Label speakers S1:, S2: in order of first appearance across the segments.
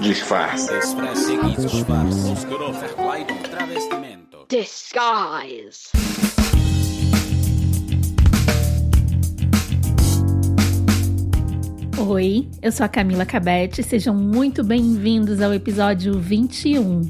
S1: Disfarce.
S2: Disguise.
S3: Oi, eu sou a Camila Cabete e sejam muito bem-vindos ao episódio 21.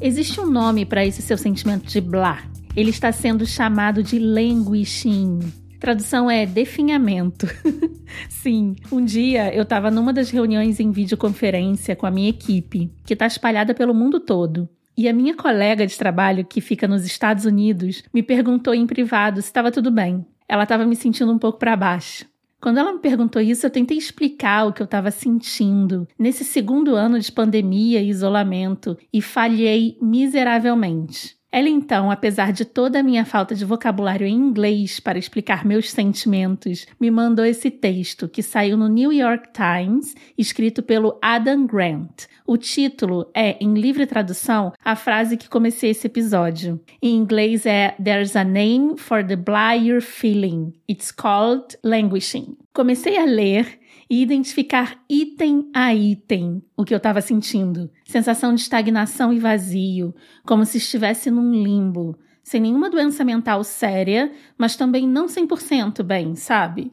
S3: Existe um nome para esse seu sentimento de blá. Ele está sendo chamado de languishing. Tradução é definhamento. Sim, um dia eu estava numa das reuniões em videoconferência com a minha equipe, que está espalhada pelo mundo todo. E a minha colega de trabalho, que fica nos Estados Unidos, me perguntou em privado se estava tudo bem. Ela estava me sentindo um pouco para baixo. Quando ela me perguntou isso, eu tentei explicar o que eu estava sentindo nesse segundo ano de pandemia e isolamento e falhei miseravelmente. Ela então, apesar de toda a minha falta de vocabulário em inglês para explicar meus sentimentos, me mandou esse texto que saiu no New York Times, escrito pelo Adam Grant. O título é, em livre tradução, a frase que comecei esse episódio. Em inglês é There's a name for the blah you're feeling. It's called languishing. Comecei a ler e identificar item a item o que eu estava sentindo. Sensação de estagnação e vazio, como se estivesse num limbo, sem nenhuma doença mental séria, mas também não 100% bem, sabe?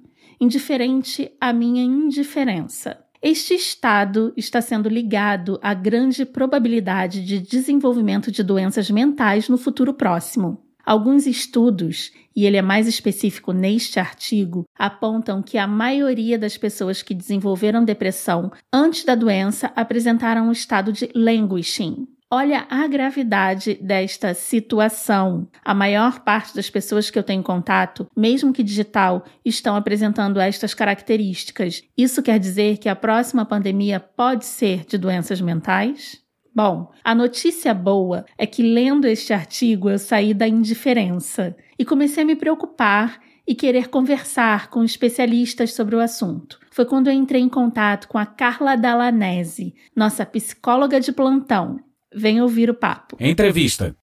S3: Indiferente à minha indiferença. Este estado está sendo ligado à grande probabilidade de desenvolvimento de doenças mentais no futuro próximo. Alguns estudos, e ele é mais específico neste artigo, apontam que a maioria das pessoas que desenvolveram depressão antes da doença apresentaram um estado de languishing. Olha a gravidade desta situação. A maior parte das pessoas que eu tenho contato, mesmo que digital, estão apresentando estas características. Isso quer dizer que a próxima pandemia pode ser de doenças mentais? Bom, a notícia boa é que lendo este artigo eu saí da indiferença e comecei a me preocupar e querer conversar com especialistas sobre o assunto. Foi quando eu entrei em contato com a Carla Dallanese, nossa psicóloga de plantão. Vem ouvir o papo.
S4: Entrevista.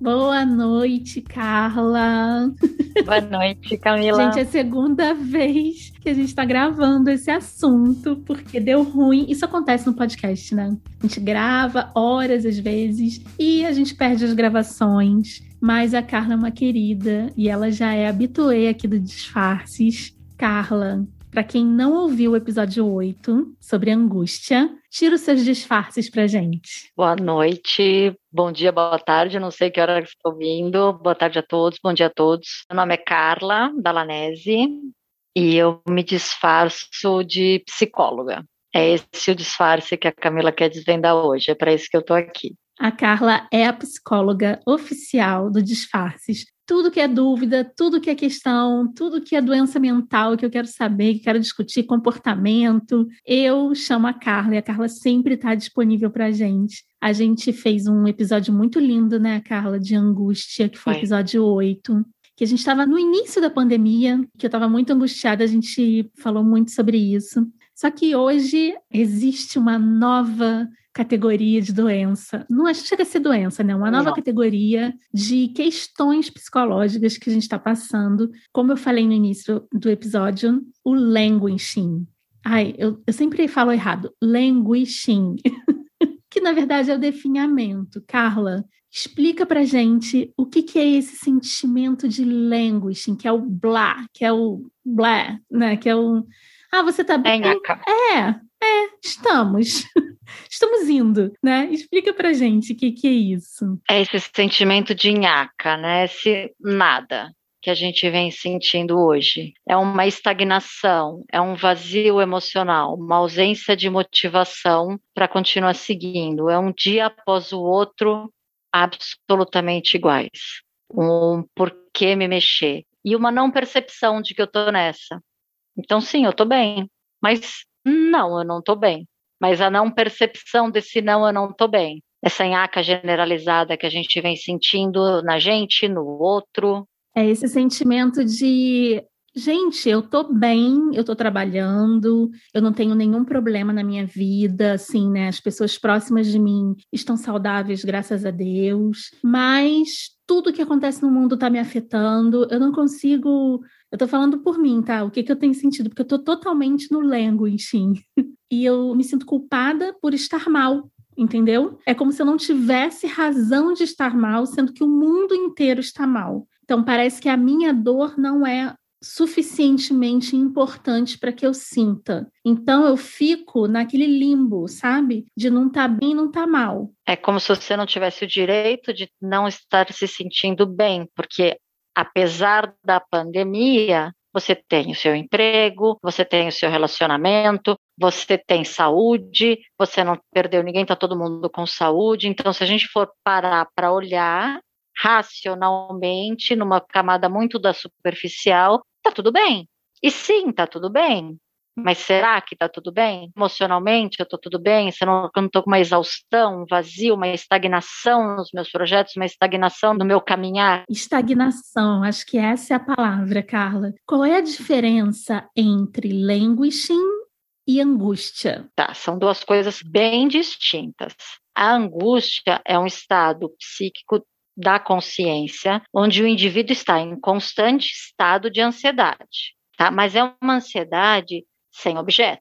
S3: Boa noite, Carla.
S5: Boa noite, Camila.
S3: Gente, é a segunda vez que a gente está gravando esse assunto, porque deu ruim. Isso acontece no podcast, né? A gente grava horas às vezes e a gente perde as gravações. Mas a Carla é uma querida e ela já é habituê aqui do Disfarces. Carla, para quem não ouviu o episódio 8 sobre angústia, tira os seus disfarces pra gente.
S5: Boa noite, bom dia, boa tarde, não sei que hora que estou ouvindo. Boa tarde a todos, bom dia a todos. Meu nome é Carla Dalanese e eu me disfarço de psicóloga. É esse o disfarce que a Camila quer desvendar hoje, é para isso que eu estou aqui.
S3: A Carla é a psicóloga oficial do Disfarces. Tudo que é dúvida, tudo que é questão, tudo que é doença mental que eu quero saber, que quero discutir, comportamento, eu chamo a Carla e a Carla sempre está disponível para a gente. A gente fez um episódio muito lindo, né, Carla, de angústia, que foi o episódio 8 que a gente estava no início da pandemia, que eu estava muito angustiada, a gente falou muito sobre isso. Só que hoje existe uma nova categoria de doença. Não é, chega a ser doença, né? Uma nova Não. categoria de questões psicológicas que a gente está passando. Como eu falei no início do episódio, o languishing. Ai, eu, eu sempre falo errado. Languishing. que na verdade é o definhamento. Carla, explica pra gente o que, que é esse sentimento de languishing, que é o blá, que é o blá, né? Que é o. Ah, você tá bem? É, é, é estamos. estamos indo, né? Explica pra gente o que, que é isso.
S5: É esse sentimento de nhaca, né? Esse nada que a gente vem sentindo hoje. É uma estagnação, é um vazio emocional, uma ausência de motivação para continuar seguindo. É um dia após o outro absolutamente iguais. Um por que me mexer e uma não percepção de que eu tô nessa. Então sim, eu tô bem, mas não, eu não tô bem. Mas a não percepção desse não, eu não tô bem. Essa nhaca generalizada que a gente vem sentindo na gente, no outro,
S3: é esse sentimento de gente, eu tô bem, eu tô trabalhando, eu não tenho nenhum problema na minha vida, assim, né? As pessoas próximas de mim estão saudáveis, graças a Deus, mas tudo que acontece no mundo tá me afetando, eu não consigo. Eu tô falando por mim, tá? O que, que eu tenho sentido? Porque eu tô totalmente no languishing. e eu me sinto culpada por estar mal, entendeu? É como se eu não tivesse razão de estar mal, sendo que o mundo inteiro está mal. Então parece que a minha dor não é suficientemente importante para que eu sinta. Então eu fico naquele limbo, sabe? De não estar tá bem, não estar tá mal.
S5: É como se você não tivesse o direito de não estar se sentindo bem, porque apesar da pandemia, você tem o seu emprego, você tem o seu relacionamento, você tem saúde, você não perdeu ninguém, está todo mundo com saúde. Então, se a gente for parar para olhar racionalmente, numa camada muito da superficial, tá tudo bem. E sim, tá tudo bem. Mas será que tá tudo bem? Emocionalmente eu tô tudo bem? Se eu não, eu não tô com uma exaustão, um vazio, uma estagnação nos meus projetos, uma estagnação no meu caminhar?
S3: Estagnação, acho que essa é a palavra, Carla. Qual é a diferença entre languishing e angústia?
S5: Tá, são duas coisas bem distintas. A angústia é um estado psíquico da consciência, onde o indivíduo está em constante estado de ansiedade, tá? Mas é uma ansiedade sem objeto,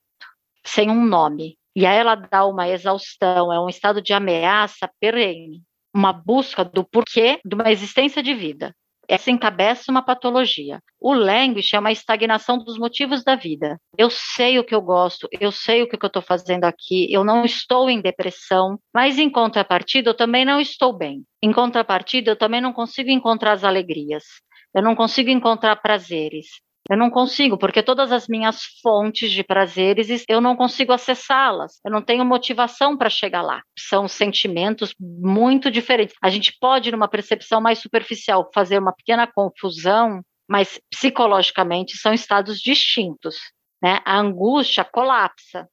S5: sem um nome. E aí ela dá uma exaustão, é um estado de ameaça perene, uma busca do porquê de uma existência de vida. Essa encabeça uma patologia. O languish é uma estagnação dos motivos da vida. Eu sei o que eu gosto, eu sei o que eu estou fazendo aqui, eu não estou em depressão, mas em contrapartida eu também não estou bem. Em contrapartida eu também não consigo encontrar as alegrias, eu não consigo encontrar prazeres. Eu não consigo, porque todas as minhas fontes de prazeres eu não consigo acessá-las. Eu não tenho motivação para chegar lá. São sentimentos muito diferentes. A gente pode, numa percepção mais superficial, fazer uma pequena confusão, mas psicologicamente são estados distintos. Né? A angústia colapsa.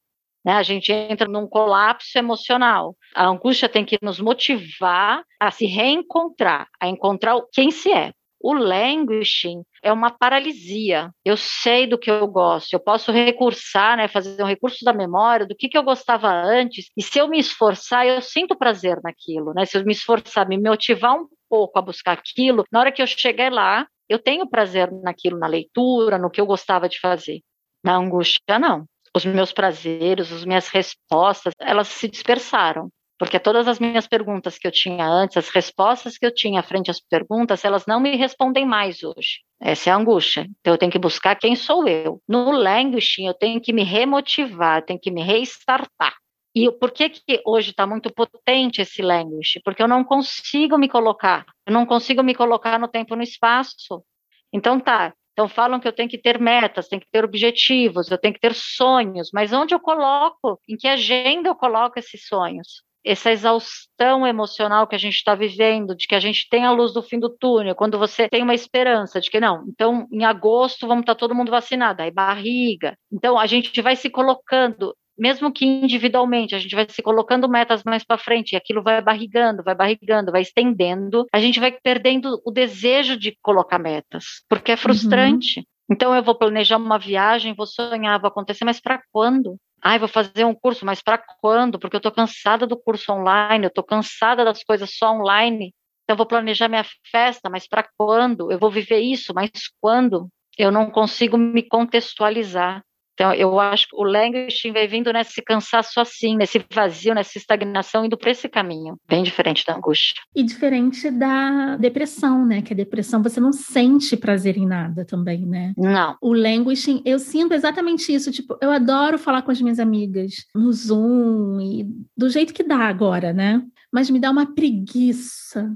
S5: Né? A gente entra num colapso emocional. A angústia tem que nos motivar a se reencontrar, a encontrar quem se é. O languishing é uma paralisia. Eu sei do que eu gosto, eu posso recursar, né, fazer um recurso da memória do que, que eu gostava antes, e se eu me esforçar, eu sinto prazer naquilo, né? Se eu me esforçar, me motivar um pouco a buscar aquilo, na hora que eu chegar lá, eu tenho prazer naquilo, na leitura, no que eu gostava de fazer. Na angústia, não. Os meus prazeres, as minhas respostas, elas se dispersaram porque todas as minhas perguntas que eu tinha antes, as respostas que eu tinha frente às perguntas, elas não me respondem mais hoje. Essa é a angústia. Então eu tenho que buscar quem sou eu. No languishing eu tenho que me remotivar, eu tenho que me restartar. E por que que hoje está muito potente esse languish? Porque eu não consigo me colocar, eu não consigo me colocar no tempo, no espaço. Então tá. Então falam que eu tenho que ter metas, tenho que ter objetivos, eu tenho que ter sonhos, mas onde eu coloco? Em que agenda eu coloco esses sonhos? essa exaustão emocional que a gente está vivendo, de que a gente tem a luz do fim do túnel, quando você tem uma esperança de que não, então em agosto vamos estar tá todo mundo vacinado, aí barriga. Então a gente vai se colocando, mesmo que individualmente, a gente vai se colocando metas mais para frente, e aquilo vai barrigando, vai barrigando, vai estendendo, a gente vai perdendo o desejo de colocar metas, porque é frustrante. Uhum. Então eu vou planejar uma viagem, vou sonhar, vou acontecer, mas para quando? Ai, vou fazer um curso, mas para quando? Porque eu estou cansada do curso online, eu estou cansada das coisas só online. Então, vou planejar minha festa, mas para quando? Eu vou viver isso, mas quando? Eu não consigo me contextualizar. Então, eu acho que o languishing vai vindo nesse cansaço assim, nesse vazio, nessa estagnação, indo para esse caminho, bem diferente da angústia.
S3: E diferente da depressão, né? Que a depressão você não sente prazer em nada também, né?
S5: Não.
S3: O languishing, eu sinto exatamente isso. Tipo, eu adoro falar com as minhas amigas no Zoom e do jeito que dá agora, né? Mas me dá uma preguiça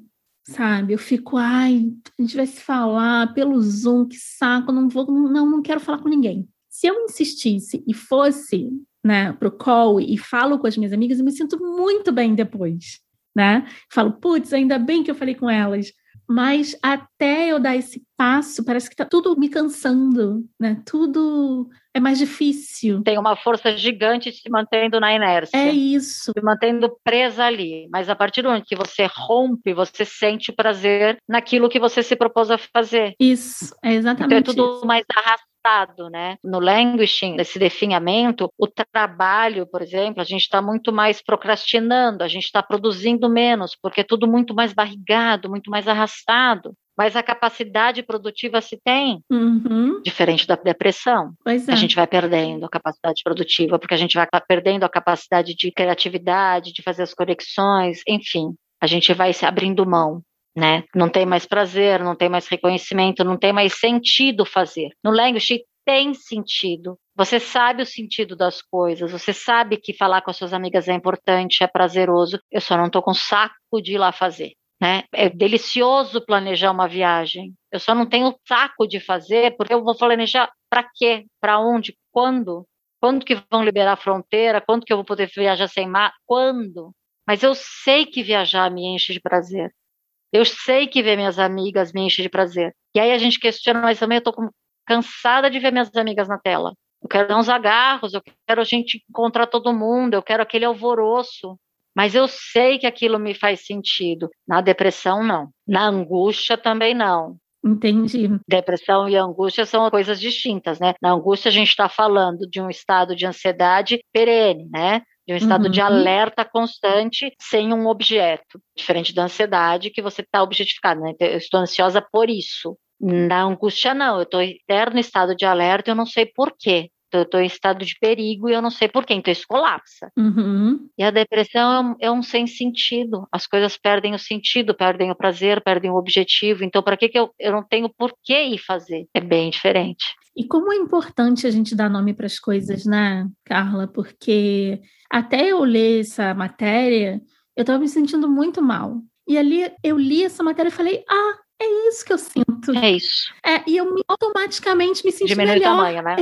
S3: sabe? Eu fico, ai, a gente vai se falar pelo Zoom, que saco, não vou, não, não quero falar com ninguém. Se eu insistisse e fosse, né, pro call e falo com as minhas amigas, eu me sinto muito bem depois, né? Falo, putz, ainda bem que eu falei com elas. Mas até eu dar esse passo, parece que tá tudo me cansando, né? Tudo é mais difícil.
S5: Tem uma força gigante se mantendo na inércia.
S3: É isso.
S5: Se mantendo presa ali. Mas a partir do momento que você rompe, você sente prazer naquilo que você se propôs a fazer.
S3: Isso, é exatamente.
S5: Então é tudo
S3: isso.
S5: mais arrastado, né? No languishing, esse definhamento, o trabalho, por exemplo, a gente está muito mais tá procrastinando, a gente está produzindo menos, porque é tudo muito mais barrigado, muito mais arrastado. mas a capacidade produtiva se tem,
S3: Uhum.
S5: diferente da depressão.
S3: Pois é.
S5: A gente vai perdendo a capacidade produtiva, porque a gente vai perdendo a capacidade de criatividade, de fazer as conexões, enfim, a gente vai se abrindo mão. Né? Não tem mais prazer, não tem mais reconhecimento, não tem mais sentido fazer. No language tem sentido. Você sabe o sentido das coisas, você sabe que falar com as suas amigas é importante, é prazeroso. Eu só não tô com saco de ir lá fazer né? É delicioso planejar uma viagem. Eu só não tenho saco de fazer, porque eu vou planejar para quê? Para onde? Quando? Quando que vão liberar a fronteira? Quando que eu vou poder viajar sem mar? Quando? Mas eu sei que viajar me enche de prazer. Eu sei que ver minhas amigas me enche de prazer. E aí a gente questiona, mas também eu tô com- cansada de ver minhas amigas na tela. Eu quero dar uns agarros, eu quero a gente encontrar todo mundo, eu quero aquele alvoroço mas eu sei que aquilo me faz sentido. Na depressão, não. Na angústia, também não.
S3: Entendi.
S5: Depressão e angústia são coisas distintas, né? Na angústia, a gente está falando de um estado de ansiedade perene, né? De um estado
S3: Uhum.
S5: de alerta constante sem um objeto. Diferente da ansiedade, que você está objetificado, né? Eu estou ansiosa por isso. Na angústia, não. Eu estou em eterno estado de alerta e eu não sei por quê. Então, Eu estou em estado de perigo e eu não sei por quê. Então, isso colapsa.
S3: Uhum.
S5: E a depressão é um, é um sem sentido. As coisas perdem o sentido, perdem o prazer, perdem o objetivo. Então, para que, que eu, eu não tenho por que ir fazer? É bem diferente.
S3: E como é importante a gente dar nome para as coisas, né, Carla? Porque até eu ler essa matéria, eu estava me sentindo muito mal. E ali eu li essa matéria e falei: ah, é isso que eu sinto.
S5: É isso.
S3: É, e eu me- automaticamente me senti
S5: Diminui
S3: é melhor.
S5: o tamanho, né?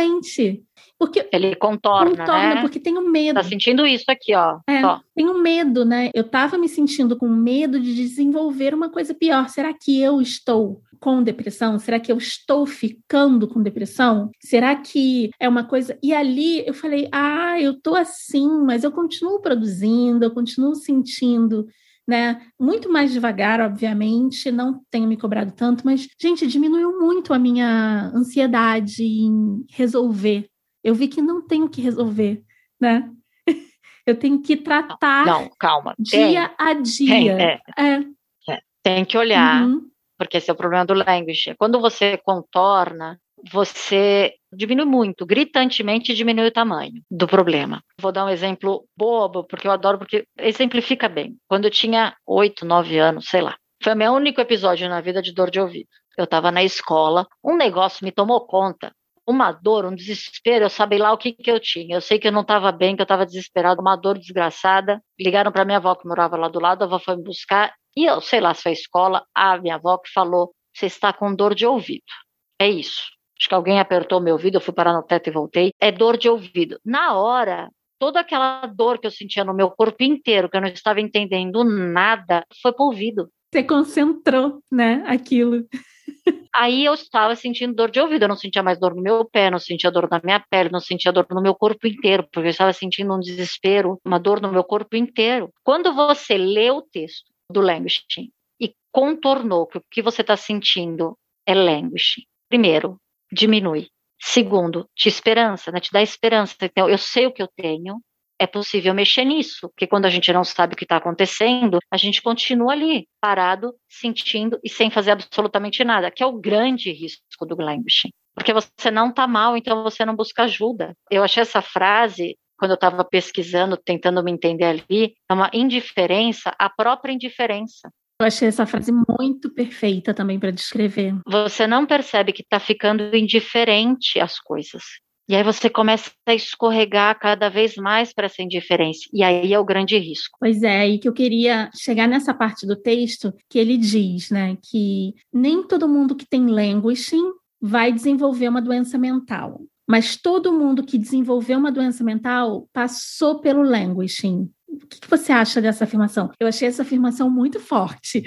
S3: Exatamente. Porque
S5: Ele contorna,
S3: contorna,
S5: né?
S3: porque tenho medo.
S5: Tá sentindo isso aqui, ó.
S3: É.
S5: Só.
S3: Tenho medo, né? Eu tava me sentindo com medo de desenvolver uma coisa pior. Será que eu estou com depressão? Será que eu estou ficando com depressão? Será que é uma coisa. E ali eu falei: ah, eu tô assim, mas eu continuo produzindo, eu continuo sentindo. Né? Muito mais devagar, obviamente, não tenho me cobrado tanto, mas, gente, diminuiu muito a minha ansiedade em resolver. Eu vi que não tenho que resolver, né? Eu tenho que tratar
S5: Não, calma. Tem,
S3: dia a
S5: tem,
S3: dia.
S5: é.
S3: É.
S5: tem que olhar,
S3: Uhum.
S5: porque esse é o problema do language. Quando você contorna, você diminui muito, gritantemente diminui o tamanho do problema. Vou dar um exemplo bobo, porque eu adoro, porque exemplifica bem. Quando eu tinha oito, nove anos, sei lá, foi o meu único episódio na vida de dor de ouvido. Eu estava na escola, um negócio me tomou conta. Uma dor, um desespero, eu sabia lá o que, que eu tinha. Eu sei que eu não estava bem, que eu estava desesperada, uma dor desgraçada. Ligaram para minha avó que morava lá do lado, a avó foi me buscar. E eu, sei lá se foi a escola, a minha avó que falou: você está com dor de ouvido. É isso. Acho que alguém apertou meu ouvido, eu fui parar no teto e voltei. É dor de ouvido. Na hora, toda aquela dor que eu sentia no meu corpo inteiro, que eu não estava entendendo nada, foi pro ouvido.
S3: Você concentrou, né? Aquilo.
S5: Aí eu estava sentindo dor de ouvido, eu não sentia mais dor no meu pé, não sentia dor na minha pele, não sentia dor no meu corpo inteiro, porque eu estava sentindo um desespero, uma dor no meu corpo inteiro. Quando você lê o texto do languishing e contornou que o que você está sentindo é languishing, primeiro, diminui. Segundo, te esperança, né? te dá esperança. Então, eu sei o que eu tenho, é possível mexer nisso, porque quando a gente não sabe o que está acontecendo, a gente continua ali, parado, sentindo e sem fazer absolutamente nada, que é o grande risco do languishing. Porque você não está mal, então você não busca ajuda. Eu achei essa frase, quando eu estava pesquisando, tentando me entender ali, é uma indiferença, a própria indiferença.
S3: Eu achei essa frase muito perfeita também para descrever.
S5: você não percebe que está ficando indiferente às coisas. E aí você começa a escorregar cada vez mais para essa indiferença. E aí é o grande risco.
S3: Pois é, e que eu queria chegar nessa parte do texto que ele diz, né, que nem todo mundo que tem languishing vai desenvolver uma doença mental, mas todo mundo que desenvolveu uma doença mental passou pelo languishing. O que que você acha dessa afirmação? Eu achei essa afirmação muito forte.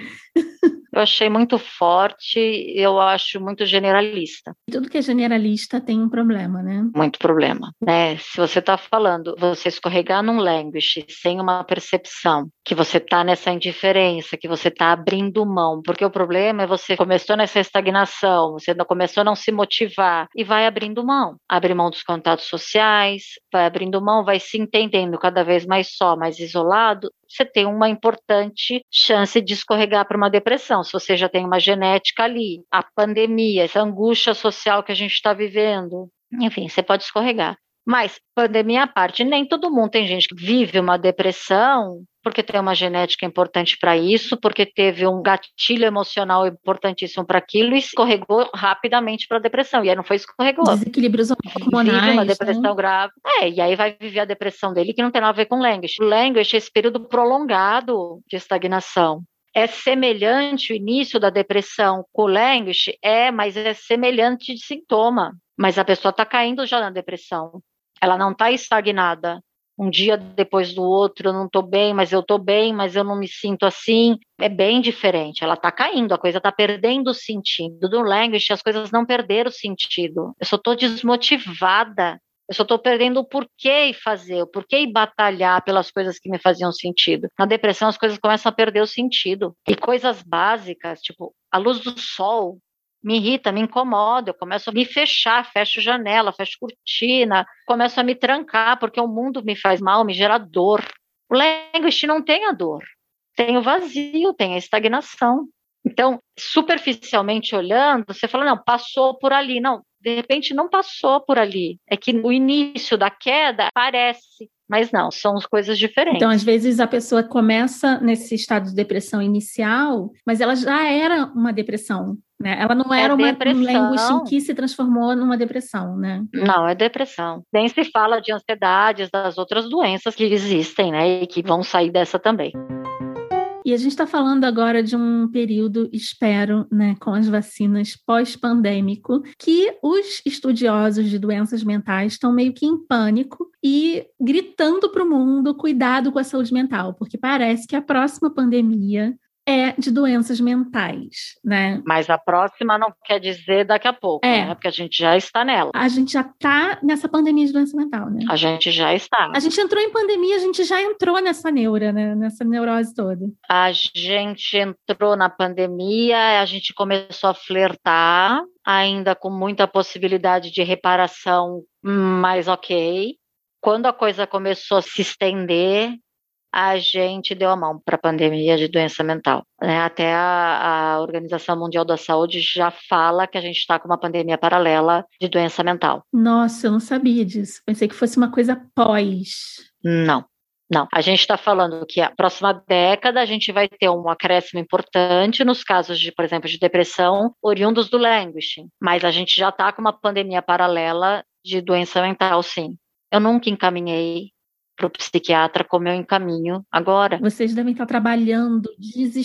S5: Eu achei muito forte, eu acho muito generalista.
S3: Tudo que é generalista tem um problema, né?
S5: muito problema, né? Se você está falando, você escorregar num language sem uma percepção, que você está nessa indiferença, que você está abrindo mão, porque o problema é você começou nessa estagnação, você não- começou a não se motivar e vai abrindo mão, abre mão dos contatos sociais, vai abrindo mão, vai se entendendo cada vez mais só, mais isolado, você tem uma importante chance de escorregar para uma depressão. se você já tem uma genética ali, a pandemia, essa angústia social que a gente está vivendo. Enfim, você pode escorregar. Mas, pandemia à parte, nem todo mundo tem gente que vive uma depressão porque tem uma genética importante para isso, porque teve um gatilho emocional importantíssimo para aquilo e escorregou rapidamente para a depressão. E aí não foi escorregou.
S3: Desequilíbrios hormonais.
S5: Vive uma depressão né? grave. É, e aí vai viver a depressão dele que não tem nada a ver com language. Language é esse período prolongado de estagnação é semelhante o início da depressão com languish? É, mas é semelhante de sintoma. Mas a pessoa está caindo já na depressão. Ela não está estagnada. Um dia depois do outro, eu não estou bem, mas eu estou bem, mas eu não me sinto assim. É bem diferente. Ela está caindo, a coisa está perdendo o sentido. Do language, as coisas não perderam o sentido. Eu só estou desmotivada. Eu só estou perdendo o porquê fazer, o porquê batalhar pelas coisas que me faziam sentido. Na depressão, as coisas começam a perder o sentido. E coisas básicas, tipo a luz do sol, me irrita, me incomoda. Eu começo a me fechar, fecho janela, fecho cortina, começo a me trancar, porque o mundo me faz mal, me gera dor. O language não tem a dor, tem o vazio, tem a estagnação. Então, superficialmente olhando, você fala, não, passou por ali. Não, de repente não passou por ali. É que o início da queda parece, mas não, são coisas diferentes.
S3: Então, às vezes a pessoa começa nesse estado de depressão inicial, mas ela já era uma depressão, né? Ela não era é uma languagem que se transformou numa depressão, né?
S5: Não, é depressão. Nem se fala de ansiedades, das outras doenças que existem, né? E que vão sair dessa também.
S3: E a gente está falando agora de um período, espero, né, com as vacinas pós-pandêmico, que os estudiosos de doenças mentais estão meio que em pânico e gritando para o mundo: cuidado com a saúde mental, porque parece que a próxima pandemia é de doenças mentais, né?
S5: Mas a próxima não quer dizer daqui a pouco, é. né? Porque a gente já está nela.
S3: A gente já está nessa pandemia de doença mental, né?
S5: A gente já está.
S3: A gente entrou em pandemia, a gente já entrou nessa neura, né? Nessa neurose toda.
S5: A gente entrou na pandemia, a gente começou a flertar, ainda com muita possibilidade de reparação, mas ok. Quando a coisa começou a se estender, a gente deu a mão para a pandemia de doença mental. Né? Até a, a, Organização Mundial da Saúde já fala que a gente está com uma pandemia paralela de doença mental.
S3: Nossa, eu não sabia disso. Pensei que fosse uma coisa pós.
S5: Não. Não, a gente está falando que a próxima década a gente vai ter um acréscimo importante nos casos de, por exemplo, de depressão oriundos do languishing, mas a gente já está com uma pandemia paralela de doença mental, sim. Eu nunca encaminhei para o psiquiatra como eu encaminho agora.
S3: Vocês devem estar trabalhando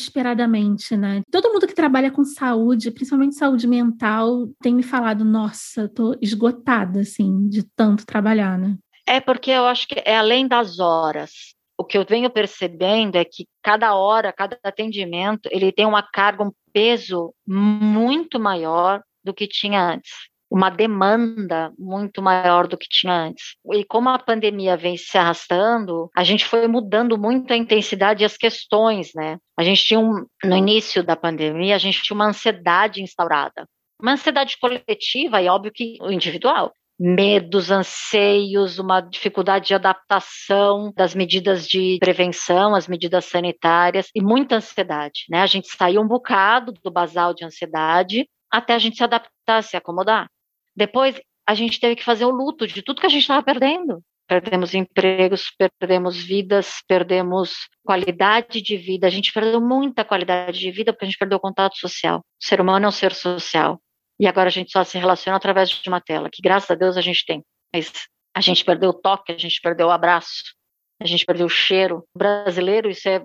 S3: desesperadamente, né? Todo mundo que trabalha com saúde, principalmente saúde mental, tem me falado, nossa, tô esgotada, assim, de tanto trabalhar, né?
S5: É porque eu acho que é além das horas. O que eu venho percebendo é que cada hora, cada atendimento, ele tem uma carga, um peso muito maior do que tinha antes uma demanda muito maior do que tinha antes. E como a pandemia vem se arrastando, a gente foi mudando muito a intensidade e as questões, né? A gente tinha um, no início da pandemia, a gente tinha uma ansiedade instaurada. Uma ansiedade coletiva e óbvio que o individual. Medos, anseios, uma dificuldade de adaptação das medidas de prevenção, as medidas sanitárias e muita ansiedade, né? A gente saiu um bocado do basal de ansiedade até a gente se adaptar, se acomodar. Depois, a gente teve que fazer o luto de tudo que a gente estava perdendo. Perdemos empregos, perdemos vidas, perdemos qualidade de vida. A gente perdeu muita qualidade de vida porque a gente perdeu o contato social. O ser humano é um ser social. E agora a gente só se relaciona através de uma tela, que graças a Deus a gente tem. Mas a gente perdeu o toque, a gente perdeu o abraço, a gente perdeu o cheiro. O brasileiro, isso é,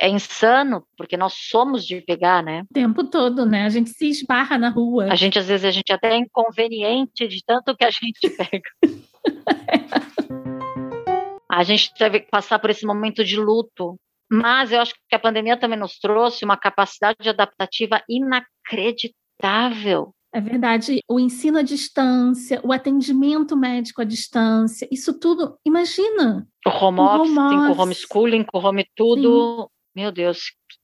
S5: é insano, porque nós somos de pegar, né?
S3: O tempo todo, né? A gente se esbarra na rua.
S5: A gente, às vezes, a gente até é inconveniente de tanto que a gente pega. a gente teve que passar por esse momento de luto. Mas eu acho que a pandemia também nos trouxe uma capacidade adaptativa inacreditável.
S3: É verdade. O ensino à distância, o atendimento médico à distância, isso tudo, imagina.
S5: O home office, o home, office. Com homeschooling, com home tudo. Sim. Meu Deus,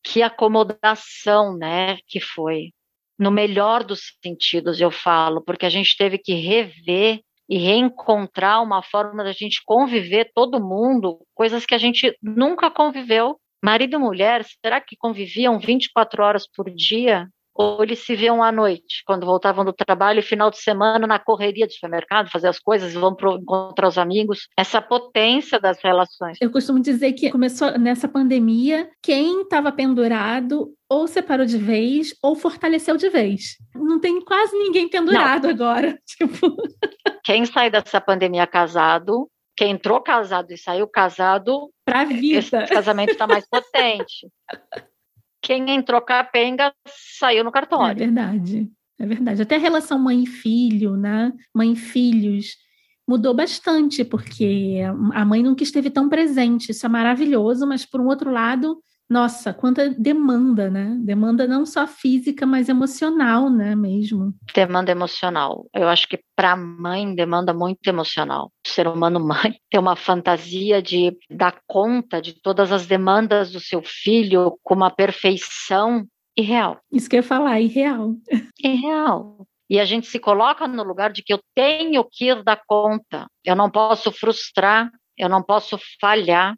S5: que acomodação, né, que foi. No melhor dos sentidos, eu falo, porque a gente teve que rever e reencontrar uma forma da gente conviver todo mundo, coisas que a gente nunca conviveu Marido e mulher, será que conviviam 24 horas por dia? Ou eles se viam à noite, quando voltavam do trabalho, e final de semana na correria do supermercado, fazer as coisas, vão pro, encontrar os amigos. Essa potência das relações.
S3: Eu costumo dizer que começou nessa pandemia, quem estava pendurado ou separou de vez ou fortaleceu de vez. Não tem quase ninguém pendurado
S5: Não.
S3: agora. Tipo,
S5: Quem sai dessa pandemia casado, quem entrou casado e saiu casado,
S3: pra
S5: esse
S3: vida.
S5: casamento está mais potente. Quem entrou capenga saiu no
S3: É
S5: cartório.
S3: verdade. É verdade. Até a relação mãe e filho, né? Mãe e filhos mudou bastante, porque a mãe nunca esteve tão presente. Isso é maravilhoso, mas por um outro lado, nossa, quanta demanda, né? Demanda não só física, mas emocional, né, mesmo.
S5: Demanda emocional. Eu acho que para mãe demanda muito emocional. O ser humano mãe tem uma fantasia de dar conta de todas as demandas do seu filho com uma perfeição irreal.
S3: Isso que eu ia falar, irreal.
S5: Irreal. É E a gente se coloca no lugar de que eu tenho que dar conta. Eu não posso frustrar, eu não posso falhar.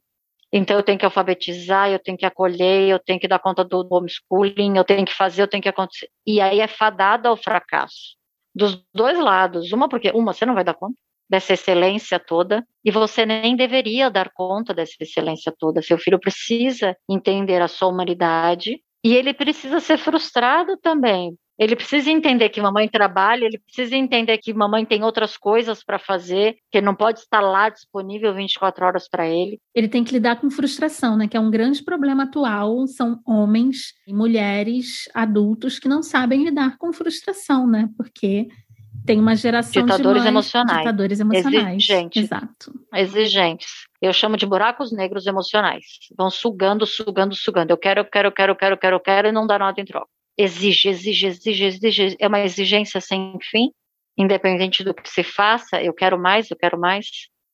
S5: Então eu tenho que alfabetizar, eu tenho que acolher, eu tenho que dar conta do homeschooling, eu tenho que fazer, eu tenho que acontecer. E aí é fadada ao fracasso. Dos dois lados. Uma, porque uma, você não vai dar conta dessa excelência toda, e você nem deveria dar conta dessa excelência toda. Seu filho precisa entender a sua humanidade e ele precisa ser frustrado também. Ele precisa entender que mamãe trabalha, ele precisa entender que mamãe tem outras coisas para fazer, que ele não pode estar lá disponível 24 horas para ele.
S3: Ele tem que lidar com frustração, né? Que é um grande problema atual. São homens e mulheres adultos que não sabem lidar com frustração, né? Porque tem uma geração
S5: Ditadores
S3: de mães,
S5: emocionais.
S3: ditadores emocionais,
S5: Exigentes.
S3: exato.
S5: exigentes. Eu chamo de buracos negros emocionais. Vão sugando, sugando, sugando. Eu quero, eu quero, eu quero, eu quero, eu quero, eu quero e não dá nada em troca. Exige, exige, exige, exige. É uma exigência sem fim, independente do que se faça. Eu quero mais, eu quero mais.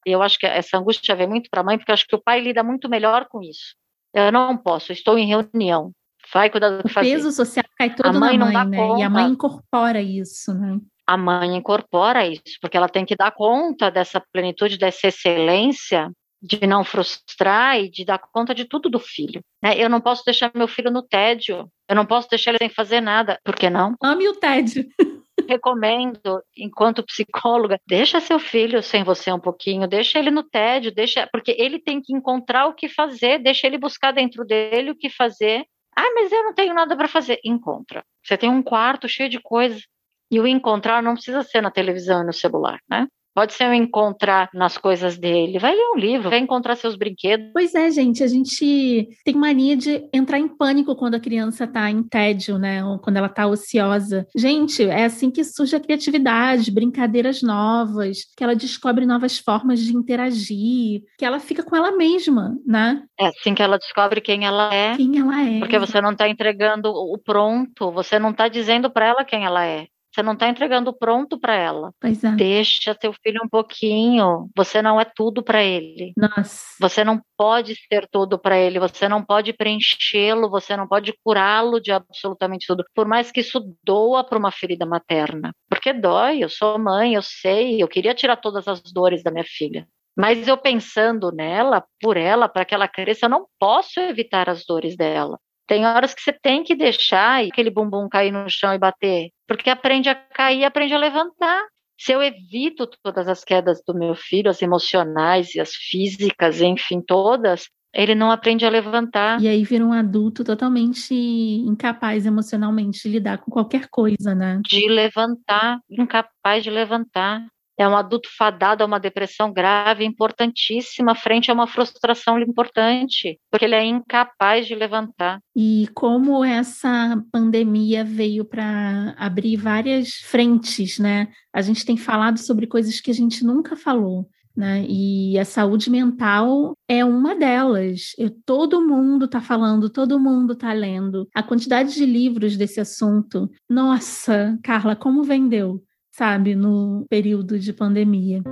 S5: E eu acho que essa angústia vem muito para a mãe, porque eu acho que o pai lida muito melhor com isso. Eu não posso, eu estou em reunião. Vai cuidar do
S3: O
S5: que fazer.
S3: peso social cai todo
S5: A mãe
S3: na
S5: não
S3: mãe,
S5: dá
S3: né? E a
S5: conta.
S3: mãe incorpora isso, né?
S5: a mãe incorpora isso, porque ela tem que dar conta dessa plenitude, dessa excelência, de não frustrar e de dar conta de tudo do filho. né? Eu não posso deixar meu filho no tédio, eu não posso deixar ele sem fazer nada. Por que não?
S3: Ame o tédio.
S5: Recomendo, enquanto psicóloga, deixa seu filho sem você um pouquinho, deixa ele no tédio, deixa, porque ele tem que encontrar o que fazer, deixa ele buscar dentro dele o que fazer. Ah, mas eu não tenho nada para fazer. Encontra. Você tem um quarto cheio de coisas. E o encontrar não precisa ser na televisão e no celular, né? Pode ser o encontrar nas coisas dele. Vai ler um livro, vai encontrar seus brinquedos.
S3: Pois é, gente, a gente tem mania de entrar em pânico quando a criança está em tédio, né? Ou quando ela está ociosa. Gente, é assim que surge a criatividade, brincadeiras novas, que ela descobre novas formas de interagir, que ela fica com ela mesma, né?
S5: É assim que ela descobre quem ela é.
S3: Quem ela é.
S5: Porque você não está entregando o pronto, você não está dizendo para ela quem ela é. Você não está entregando o pronto para ela.
S3: Pois é.
S5: Deixa teu filho um pouquinho. Você não é tudo para ele.
S3: Nossa.
S5: Você não pode ser tudo para ele. Você não pode preenchê-lo. Você não pode curá-lo de absolutamente tudo. Por mais que isso doa para uma ferida materna, porque dói. Eu sou mãe, eu sei. Eu queria tirar todas as dores da minha filha. Mas eu pensando nela, por ela, para que ela cresça, eu não posso evitar as dores dela. Tem horas que você tem que deixar aquele bumbum cair no chão e bater, porque aprende a cair, aprende a levantar. Se eu evito todas as quedas do meu filho, as emocionais e as físicas, enfim, todas, ele não aprende a levantar.
S3: E aí vira um adulto totalmente incapaz emocionalmente de lidar com qualquer coisa, né?
S5: de levantar, incapaz de levantar. É um adulto fadado a uma depressão grave, importantíssima, frente a uma frustração importante, porque ele é incapaz de levantar.
S3: E como essa pandemia veio para abrir várias frentes, né? A gente tem falado sobre coisas que a gente nunca falou, né? E a saúde mental é uma delas. Eu- todo mundo está falando, todo mundo está lendo. A quantidade de livros desse assunto, nossa, Carla, como vendeu, sabe, no período de pandemia.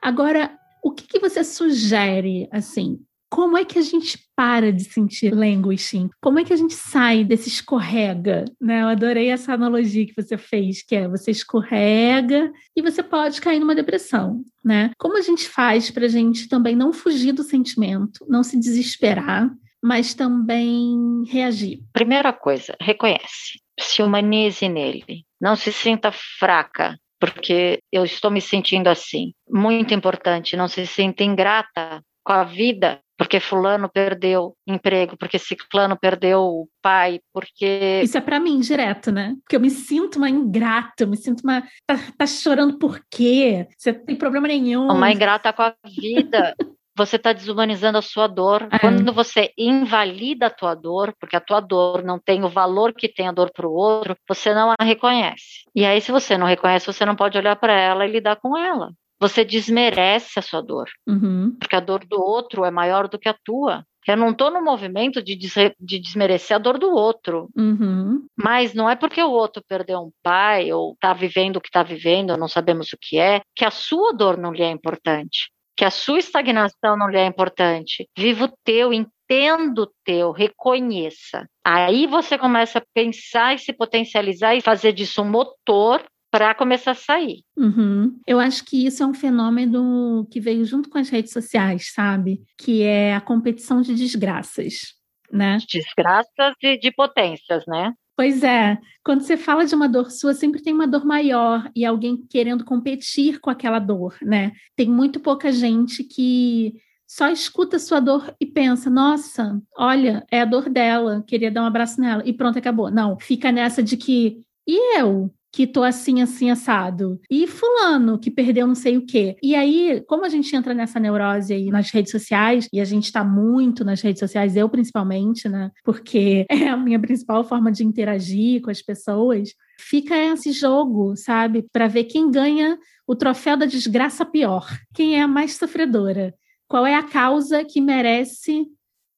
S3: Agora, o que, que você sugere, assim, como é que a gente para de sentir languishing? Como é que a gente sai desse escorrega? Né? Eu adorei essa analogia que você fez, que é você escorrega e você pode cair numa depressão, né? Como a gente faz para a gente também não fugir do sentimento, não se desesperar, mas também reagir.
S5: Primeira coisa, reconhece, se humanize nele, não se sinta fraca, porque eu estou me sentindo assim. Muito importante, não se sinta ingrata com a vida, porque fulano perdeu emprego, porque ciclano perdeu o pai, porque
S3: Isso é pra mim direto, né? Porque eu me sinto uma ingrata, eu me sinto uma. Tá, tá chorando por quê? Você não tem problema nenhum.
S5: uma ingrata com a vida. Você está desumanizando a sua dor.
S3: É.
S5: Quando você invalida a tua dor, porque a tua dor não tem o valor que tem a dor para o outro, você não a reconhece. E aí, se você não reconhece, você não pode olhar para ela e lidar com ela. Você desmerece a sua dor
S3: Uhum.
S5: porque a dor do outro é maior do que a tua. Eu não estou no movimento de, desre- de desmerecer a dor do outro,
S3: Uhum.
S5: mas não é porque o outro perdeu um pai ou está vivendo o que está vivendo, não sabemos o que é, que a sua dor não lhe é importante, que a sua estagnação não lhe é importante. Viva o teu, entenda o teu, reconheça. Aí você começa a pensar e se potencializar e fazer disso um motor para começar a sair.
S3: Uhum. Eu acho que isso é um fenômeno que veio junto com as redes sociais, sabe? Que é a competição de desgraças, né?
S5: Desgraças e de potências, né?
S3: Pois é, quando você fala de uma dor sua, sempre tem uma dor maior e alguém querendo competir com aquela dor, né? Tem muito pouca gente que só escuta a sua dor e pensa: nossa, olha, é a dor dela, queria dar um abraço nela, e pronto, acabou. Não, fica nessa de que e eu? Que tô assim, assim, assado. E fulano, que perdeu não sei o quê. E aí, como a gente entra nessa neurose aí nas redes sociais, e a gente tá muito nas redes sociais, eu principalmente, né? Porque é a minha principal forma de interagir com as pessoas. Fica esse jogo, sabe? Pra ver quem ganha o troféu da desgraça pior. Quem é a mais sofredora. Qual é a causa que merece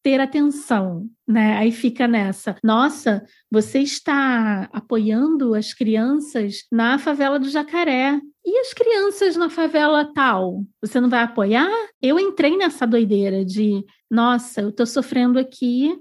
S3: ter atenção, né? Aí fica nessa. Nossa, você está apoiando as crianças na favela do Jacaré. E as crianças na favela tal? Você não vai apoiar? Eu entrei nessa doideira de, nossa, eu estou sofrendo aqui,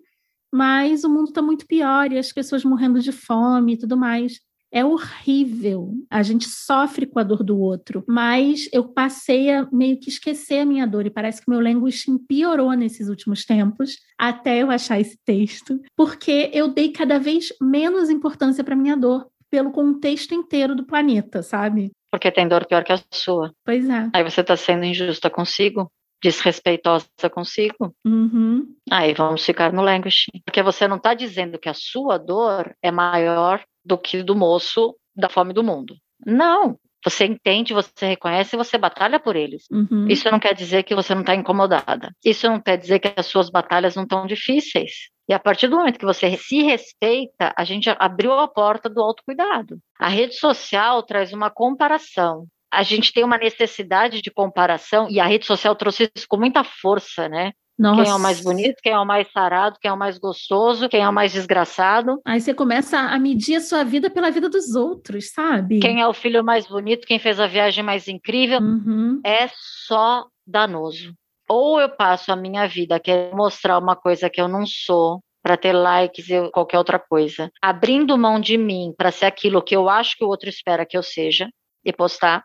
S3: mas o mundo está muito pior e as pessoas morrendo de fome e tudo mais. É horrível. A gente sofre com a dor do outro, mas eu passei a meio que esquecer a minha dor e parece que o meu languishing piorou nesses últimos tempos, até eu achar esse texto, porque eu dei cada vez menos importância para minha dor pelo contexto inteiro do planeta, sabe?
S5: Porque tem dor pior que a sua.
S3: Pois é.
S5: Aí você está sendo injusta consigo, desrespeitosa consigo.
S3: Uhum.
S5: Aí vamos ficar no languishing. Porque você não está dizendo que a sua dor é maior do que do moço da fome do mundo. Não. Você entende, você reconhece e você batalha por eles.
S3: Uhum.
S5: Isso não quer dizer que você não está incomodada. Isso não quer dizer que as suas batalhas não estão difíceis. E a partir do momento que você se respeita, a gente abriu a porta do autocuidado. A rede social traz uma comparação. A gente tem uma necessidade de comparação e a rede social trouxe isso com muita força, né?
S3: Nossa.
S5: Quem é o mais bonito, quem é o mais sarado, quem é o mais gostoso, quem é o mais desgraçado,
S3: Aí você começa a medir a sua vida pela vida dos outros, sabe?
S5: quem é o filho mais bonito, quem fez a viagem mais incrível.
S3: Uhum.
S5: é só danoso. Ou eu passo a minha vida querendo mostrar uma coisa que eu não sou para ter likes e qualquer outra coisa, abrindo mão de mim para ser aquilo que eu acho que o outro espera que eu seja e postar.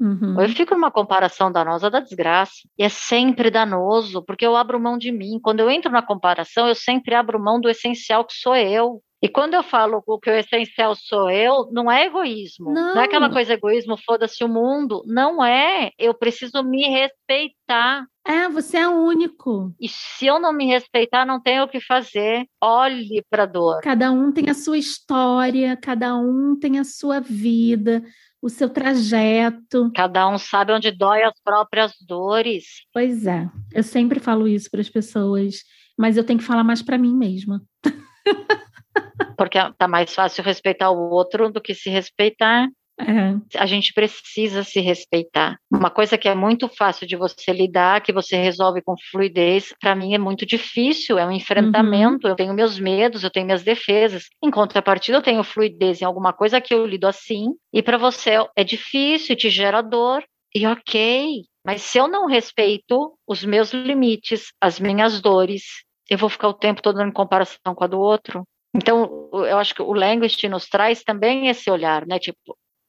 S3: Uhum.
S5: Ou eu fico numa comparação danosa da desgraça. E é sempre danoso, porque eu abro mão de mim. Quando eu entro na comparação, eu sempre abro mão do essencial que sou eu. E quando eu falo o que o essencial sou eu, não é egoísmo. Não, é aquela
S3: Não.
S5: coisa egoísmo, foda-se o mundo. Não é. Eu preciso me respeitar.
S3: É, você é único.
S5: E se eu não me respeitar, não tenho o que fazer. Olhe para dor.
S3: Cada um tem a sua história, cada um tem a sua vida, o seu trajeto.
S5: Cada um sabe onde dói as próprias dores.
S3: Pois é, eu sempre falo isso para as pessoas, mas eu tenho que falar mais para mim mesma.
S5: Porque tá mais fácil respeitar o outro do que se respeitar.
S3: É,
S5: a gente precisa se respeitar. Uma coisa que é muito fácil de você lidar, que você resolve com fluidez, para mim é muito difícil, é um enfrentamento. Eu tenho meus medos, eu tenho minhas defesas. Em contrapartida, eu tenho fluidez em alguma coisa que eu lido assim, e para você é difícil, te gera dor, e ok. Mas se eu não respeito os meus limites, as minhas dores, eu vou ficar o tempo todo em comparação com a do outro. Então, o- eu acho que o language nos traz também esse olhar, né? Tipo,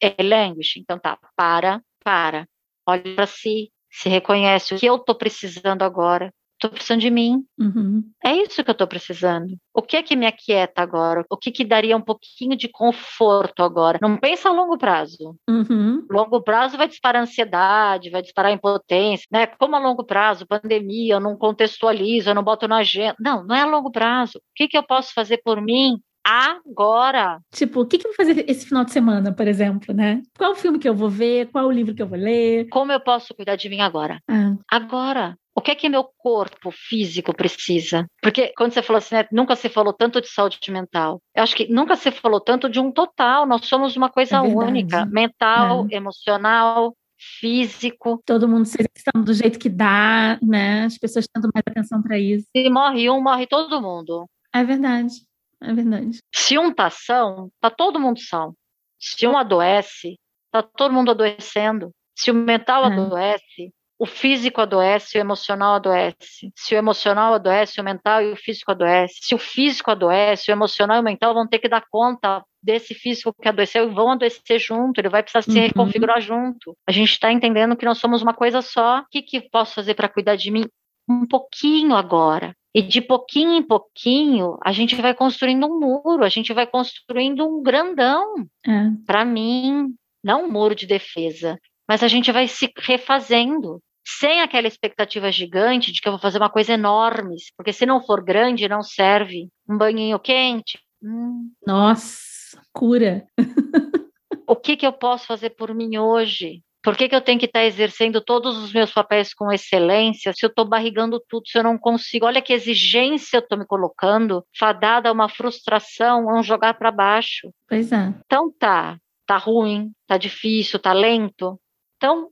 S5: é language. Então tá, para, para. Olha para si, se reconhece o que eu tô precisando agora. Estou precisando de mim.
S3: Uhum.
S5: É isso que eu estou precisando. O que é que me aquieta agora? O que que daria um pouquinho de conforto agora? Não pensa a longo prazo.
S3: Uhum.
S5: Longo prazo vai disparar ansiedade, vai disparar impotência, né? Como a longo prazo, pandemia, eu não contextualizo, eu não boto na agenda. Não, não é a longo prazo. O que que eu posso fazer por mim agora?
S3: Tipo, o que, que eu vou fazer esse final de semana, por exemplo, né? Qual o filme que eu vou ver? Qual o livro que eu vou ler?
S5: Como eu posso cuidar de mim agora?
S3: Ah,
S5: Agora. O que é que meu corpo físico precisa? Porque quando você falou assim, né, nunca se falou tanto de saúde mental. Eu acho que nunca se falou tanto de um total. Nós somos uma coisa
S3: É verdade. É.
S5: única, mental, emocional, físico.
S3: todo mundo se exercitando do jeito que dá, né? As pessoas tendo mais atenção para isso.
S5: Se morre um, morre todo mundo.
S3: É verdade. É verdade.
S5: Se um tá são, tá todo mundo são. Se um adoece, tá todo mundo adoecendo. Se o mental
S3: É.
S5: adoece, o físico adoece, o emocional adoece. Se o emocional adoece, o mental e o físico adoece. Se o físico adoece, o emocional e o mental vão ter que dar conta desse físico que adoeceu e vão adoecer junto, ele vai precisar se
S3: Uhum.
S5: reconfigurar junto. A gente está entendendo que nós somos uma coisa só. O que, que posso fazer para cuidar de mim um pouquinho agora? E de pouquinho em pouquinho, a gente vai construindo um muro, a gente vai construindo um grandão
S3: É.
S5: para mim, não um muro de defesa, mas a gente vai se refazendo, sem aquela expectativa gigante de que eu vou fazer uma coisa enorme, porque se não for grande, não serve. Um banhinho quente. hum,
S3: Nossa, cura.
S5: o que, que eu posso fazer por mim hoje? Por que, que eu tenho que estar exercendo todos os meus papéis com excelência se eu estou barrigando tudo, se eu não consigo? Olha que exigência eu estou me colocando, fadada a uma frustração, a um jogar para baixo.
S3: Pois é.
S5: Então tá, tá ruim, tá difícil, tá lento. Então,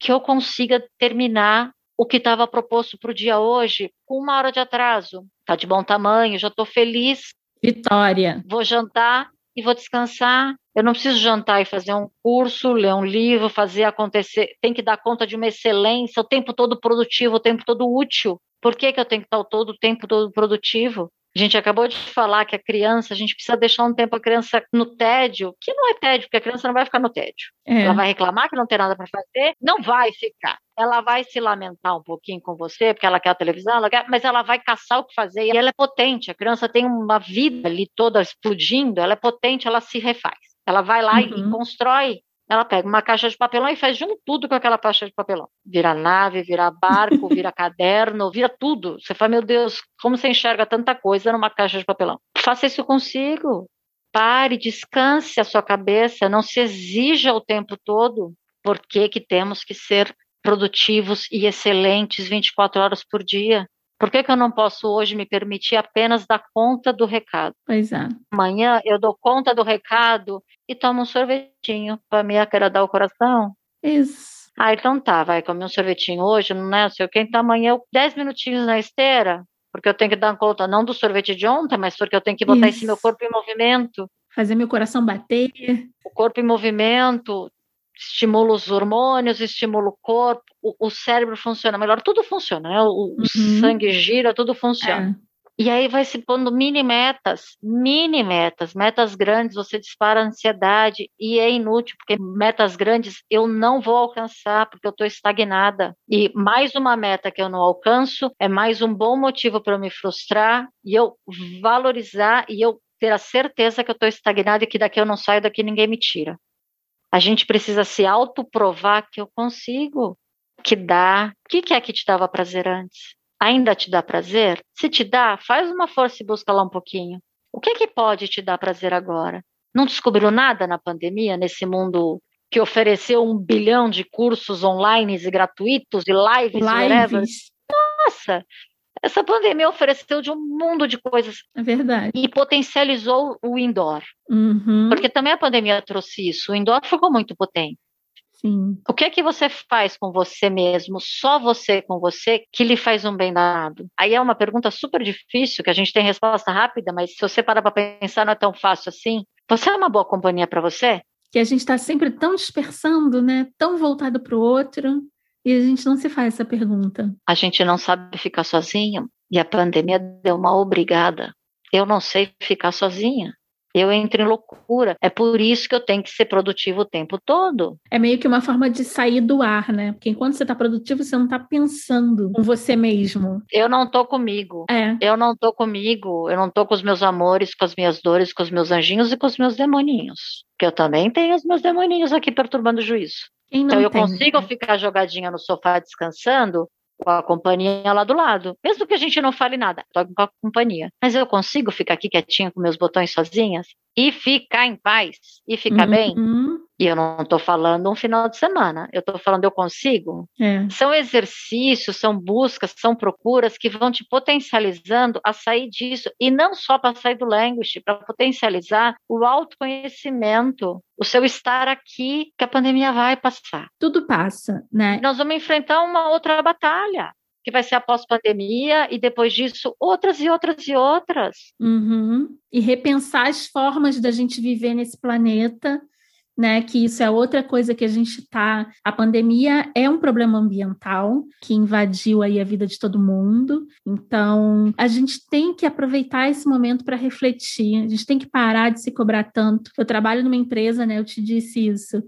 S5: que eu consiga terminar o que estava proposto para o dia hoje com uma hora de atraso. Tá de bom tamanho, já estou feliz,
S3: Vitória.
S5: vou jantar e vou descansar. Eu não preciso jantar e fazer um curso, ler um livro, fazer acontecer. Tem que dar conta de uma excelência, o tempo todo produtivo, o tempo todo útil. Por que, que eu tenho que estar o todo, o tempo todo produtivo? A gente acabou de falar que a criança, a gente precisa deixar um tempo a criança no tédio, que não é tédio, porque a criança não vai ficar no tédio.
S3: É.
S5: Ela vai reclamar que não tem nada para fazer, não vai ficar. Ela vai se lamentar um pouquinho com você, porque ela quer a televisão, ela quer, mas ela vai caçar o que fazer. E ela é potente, a criança tem uma vida ali toda explodindo, ela é potente, ela se refaz. Ela vai lá e-
S3: Uhum.
S5: e constrói. Ela pega uma caixa de papelão e faz de um tudo com aquela caixa de papelão. Vira nave, vira barco, vira caderno, vira tudo. Você fala, meu Deus, como você enxerga tanta coisa numa caixa de papelão? Faça isso consigo. Pare, descanse a sua cabeça, não se exija o tempo todo, porque que temos que ser produtivos e excelentes 24 horas por dia. Por que, que eu não posso hoje me permitir apenas dar conta do recado?
S3: Pois é.
S5: Amanhã eu dou conta do recado e tomo um sorvetinho para me agradar o coração.
S3: Isso.
S5: Ah, então tá, vai comer um sorvetinho hoje, não é? Não sei o que, então amanhã eu 10 minutinhos na esteira, porque eu tenho que dar conta não do sorvete de ontem, mas porque eu tenho que botar esse meu
S3: Isso.
S5: corpo em movimento
S3: Fazer meu coração bater.
S5: o corpo em movimento estimula os hormônios, estimula o corpo, o, o cérebro funciona melhor, tudo funciona, né? O, o
S3: Uhum.
S5: sangue gira, tudo funciona.
S3: É.
S5: E aí vai se pondo mini metas, mini metas, metas grandes, você dispara a ansiedade e é inútil, porque metas grandes eu não vou alcançar, porque eu estou estagnada. E mais uma meta que eu não alcanço é mais um bom motivo para eu me frustrar e eu valorizar e eu ter a certeza que eu estou estagnada e que daqui eu não saio, daqui ninguém me tira. A gente precisa se autoprovar que eu consigo, que dá. O que que é que te dava prazer antes? ainda te dá prazer? Se te dá, faz uma força e busca lá um pouquinho. O que é que pode te dar prazer agora? Não descobriu nada na pandemia, nesse mundo que ofereceu um bilhão de cursos online e gratuitos e lives, e whatever?
S3: Lives.
S5: Nossa, essa pandemia ofereceu de um mundo de coisas
S3: É verdade.
S5: e potencializou o indoor.
S3: Uhum.
S5: Porque também a pandemia trouxe isso. O indoor ficou muito potente.
S3: Sim.
S5: O que é que você faz com você mesmo, só você com você, que lhe faz um bem danado? Aí é uma pergunta super difícil, que a gente tem resposta rápida, mas se você parar para pensar, não é tão fácil assim. Você é uma boa companhia para você?
S3: Que a gente está sempre tão dispersando, né? Tão voltado para o outro. E a gente não se faz essa pergunta.
S5: A gente não sabe ficar sozinho e a pandemia deu uma obrigada. Eu não sei ficar sozinha. eu entro em loucura. É por isso que eu tenho que ser produtivo o tempo todo.
S3: É meio que uma forma de sair do ar, né? Porque enquanto você tá produtivo, você não tá pensando com você mesmo.
S5: Eu não tô comigo.
S3: É.
S5: Eu não tô comigo. Eu não tô com os meus amores, com as minhas dores, com os meus anjinhos e com os meus demoninhos. Que eu também tenho os meus demoninhos aqui perturbando o juízo.
S3: Quem não
S5: Então eu
S3: tem,
S5: consigo
S3: né?
S5: ficar jogadinha no sofá descansando com a companhia lá do lado. Mesmo que a gente não fale nada, tô com a companhia. Mas eu consigo ficar aqui quietinha com meus botões sozinhas e ficar em paz e ficar bem.
S3: Uhum.
S5: E eu não tô falando um final de semana, eu tô falando eu consigo.
S3: É.
S5: São exercícios, são buscas, são procuras que vão te potencializando a sair disso e não só para sair do language, para potencializar o autoconhecimento, o seu estar aqui, que a pandemia vai passar
S3: Tudo passa, né?
S5: nós vamos enfrentar uma outra batalha, que vai ser a pós-pandemia, e depois disso, outras e outras e outras.
S3: Uhum. E repensar as formas da gente viver nesse planeta, né? Que isso é outra coisa que a gente está. A pandemia é um problema ambiental que invadiu aí a vida de todo mundo. Então, a gente tem que aproveitar esse momento para refletir. A gente tem que parar de se cobrar tanto. Eu trabalho numa empresa, né? Eu te disse isso,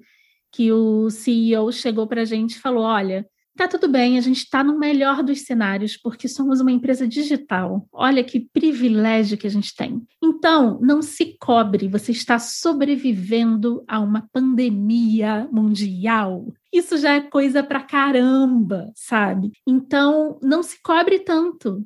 S3: que o CEO chegou para a gente e falou: olha. Tá tudo bem, a gente está no melhor dos cenários, porque somos uma empresa digital. Olha que privilégio que a gente tem. Então, não se cobre, você está sobrevivendo a uma pandemia mundial. Isso já é coisa pra caramba, sabe? Então, não se cobre tanto.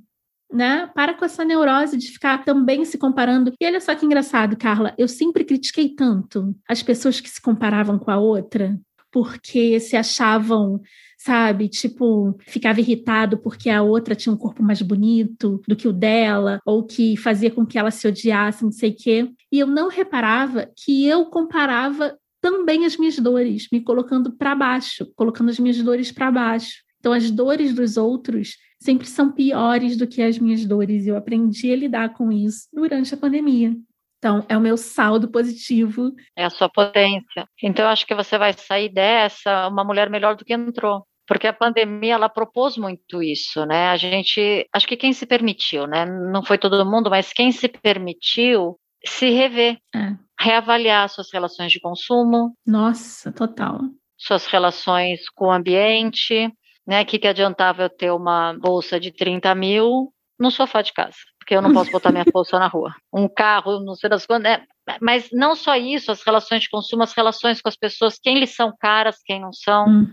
S3: Né? Para com essa neurose de ficar também se comparando. E olha só que engraçado, Carla, eu sempre critiquei tanto as pessoas que se comparavam com a outra, porque se achavam sabe? Tipo, ficava irritado porque a outra tinha um corpo mais bonito do que o dela, ou que fazia com que ela se odiasse, não sei o quê. E eu não reparava que eu comparava também as minhas dores, me colocando para baixo, colocando as minhas dores para baixo. Então, as dores dos outros sempre são piores do que as minhas dores, e eu aprendi a lidar com isso durante a pandemia. Então, é o meu saldo positivo.
S5: É a sua potência. Então, eu acho que você vai sair dessa uma mulher melhor do que entrou. Porque a pandemia, ela propôs muito isso, né? A gente, acho que quem se permitiu, né? Não foi todo mundo, mas quem se permitiu se rever,
S3: É.
S5: reavaliar suas relações de consumo,
S3: Nossa, total.
S5: suas relações com o ambiente, né? O que, que adiantava eu ter uma bolsa de 30 mil no sofá de casa? Porque eu não posso botar minha bolsa na rua. Um carro, não sei das quantas. né? Mas não só isso, as relações de consumo, as relações com as pessoas, quem lhes são caras, quem não são,
S3: Uhum.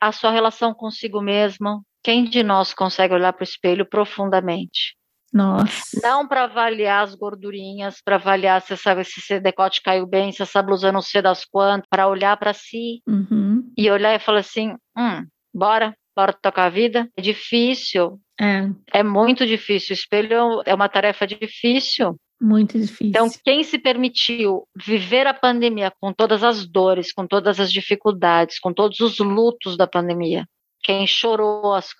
S5: a sua relação consigo mesmo. Quem de nós consegue olhar para o espelho profundamente?
S3: Nossa.
S5: Não para avaliar as gordurinhas, para avaliar se, essa, se esse decote caiu bem, se essa blusa não sei das quantas, para olhar para si
S3: Uhum.
S5: e olhar e falar assim: hum, bora, bora tocar a vida. É difícil,
S3: É,
S5: é muito difícil. O espelho é um- é uma tarefa difícil.
S3: muito difícil.
S5: Então, quem se permitiu viver a pandemia com todas as dores, com todas as dificuldades, com todos os lutos da pandemia, quem chorou as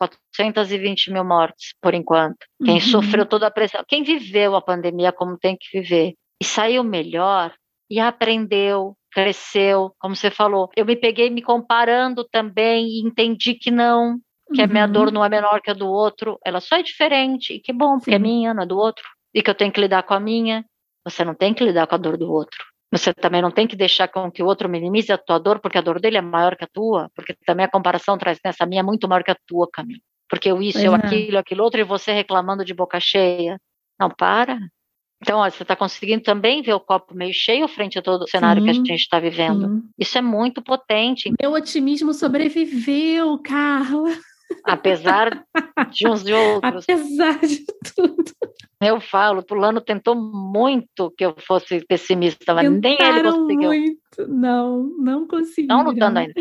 S5: 420 mil mortes por enquanto, quem
S3: Uhum.
S5: sofreu toda a pressão, quem viveu a pandemia como tem que viver e saiu melhor e aprendeu, cresceu, como você falou. Eu me peguei me comparando também e entendi que não, que a minha
S3: Uhum.
S5: dor não é menor que a do outro, ela só é diferente, e que bom, porque é
S3: Sim.
S5: minha, não é do outro, e que eu tenho que lidar com a minha. Você não tem que lidar com a dor do outro. Você também não tem que deixar com que o outro minimize a tua dor, porque a dor dele é maior que a tua, porque também a comparação traz nessa minha é muito maior que a tua, Camila. Porque eu isso,
S3: Pois
S5: eu
S3: é.
S5: aquilo, aquilo outro, e você reclamando de boca cheia. Não, para. Então, olha, você está conseguindo também ver o copo meio cheio frente a todo o cenário que a
S3: Sim,
S5: gente está vivendo.
S3: Sim.
S5: Isso é muito potente.
S3: Meu otimismo sobreviveu, Carla,
S5: apesar de uns e outros.
S3: apesar de tudo.
S5: Eu falo, Pulano tentou muito que eu fosse pessimista, mas nem ele
S3: Tentaram
S5: conseguiu.
S3: muito. né? Não, não conseguiram.
S5: Estão lutando ainda.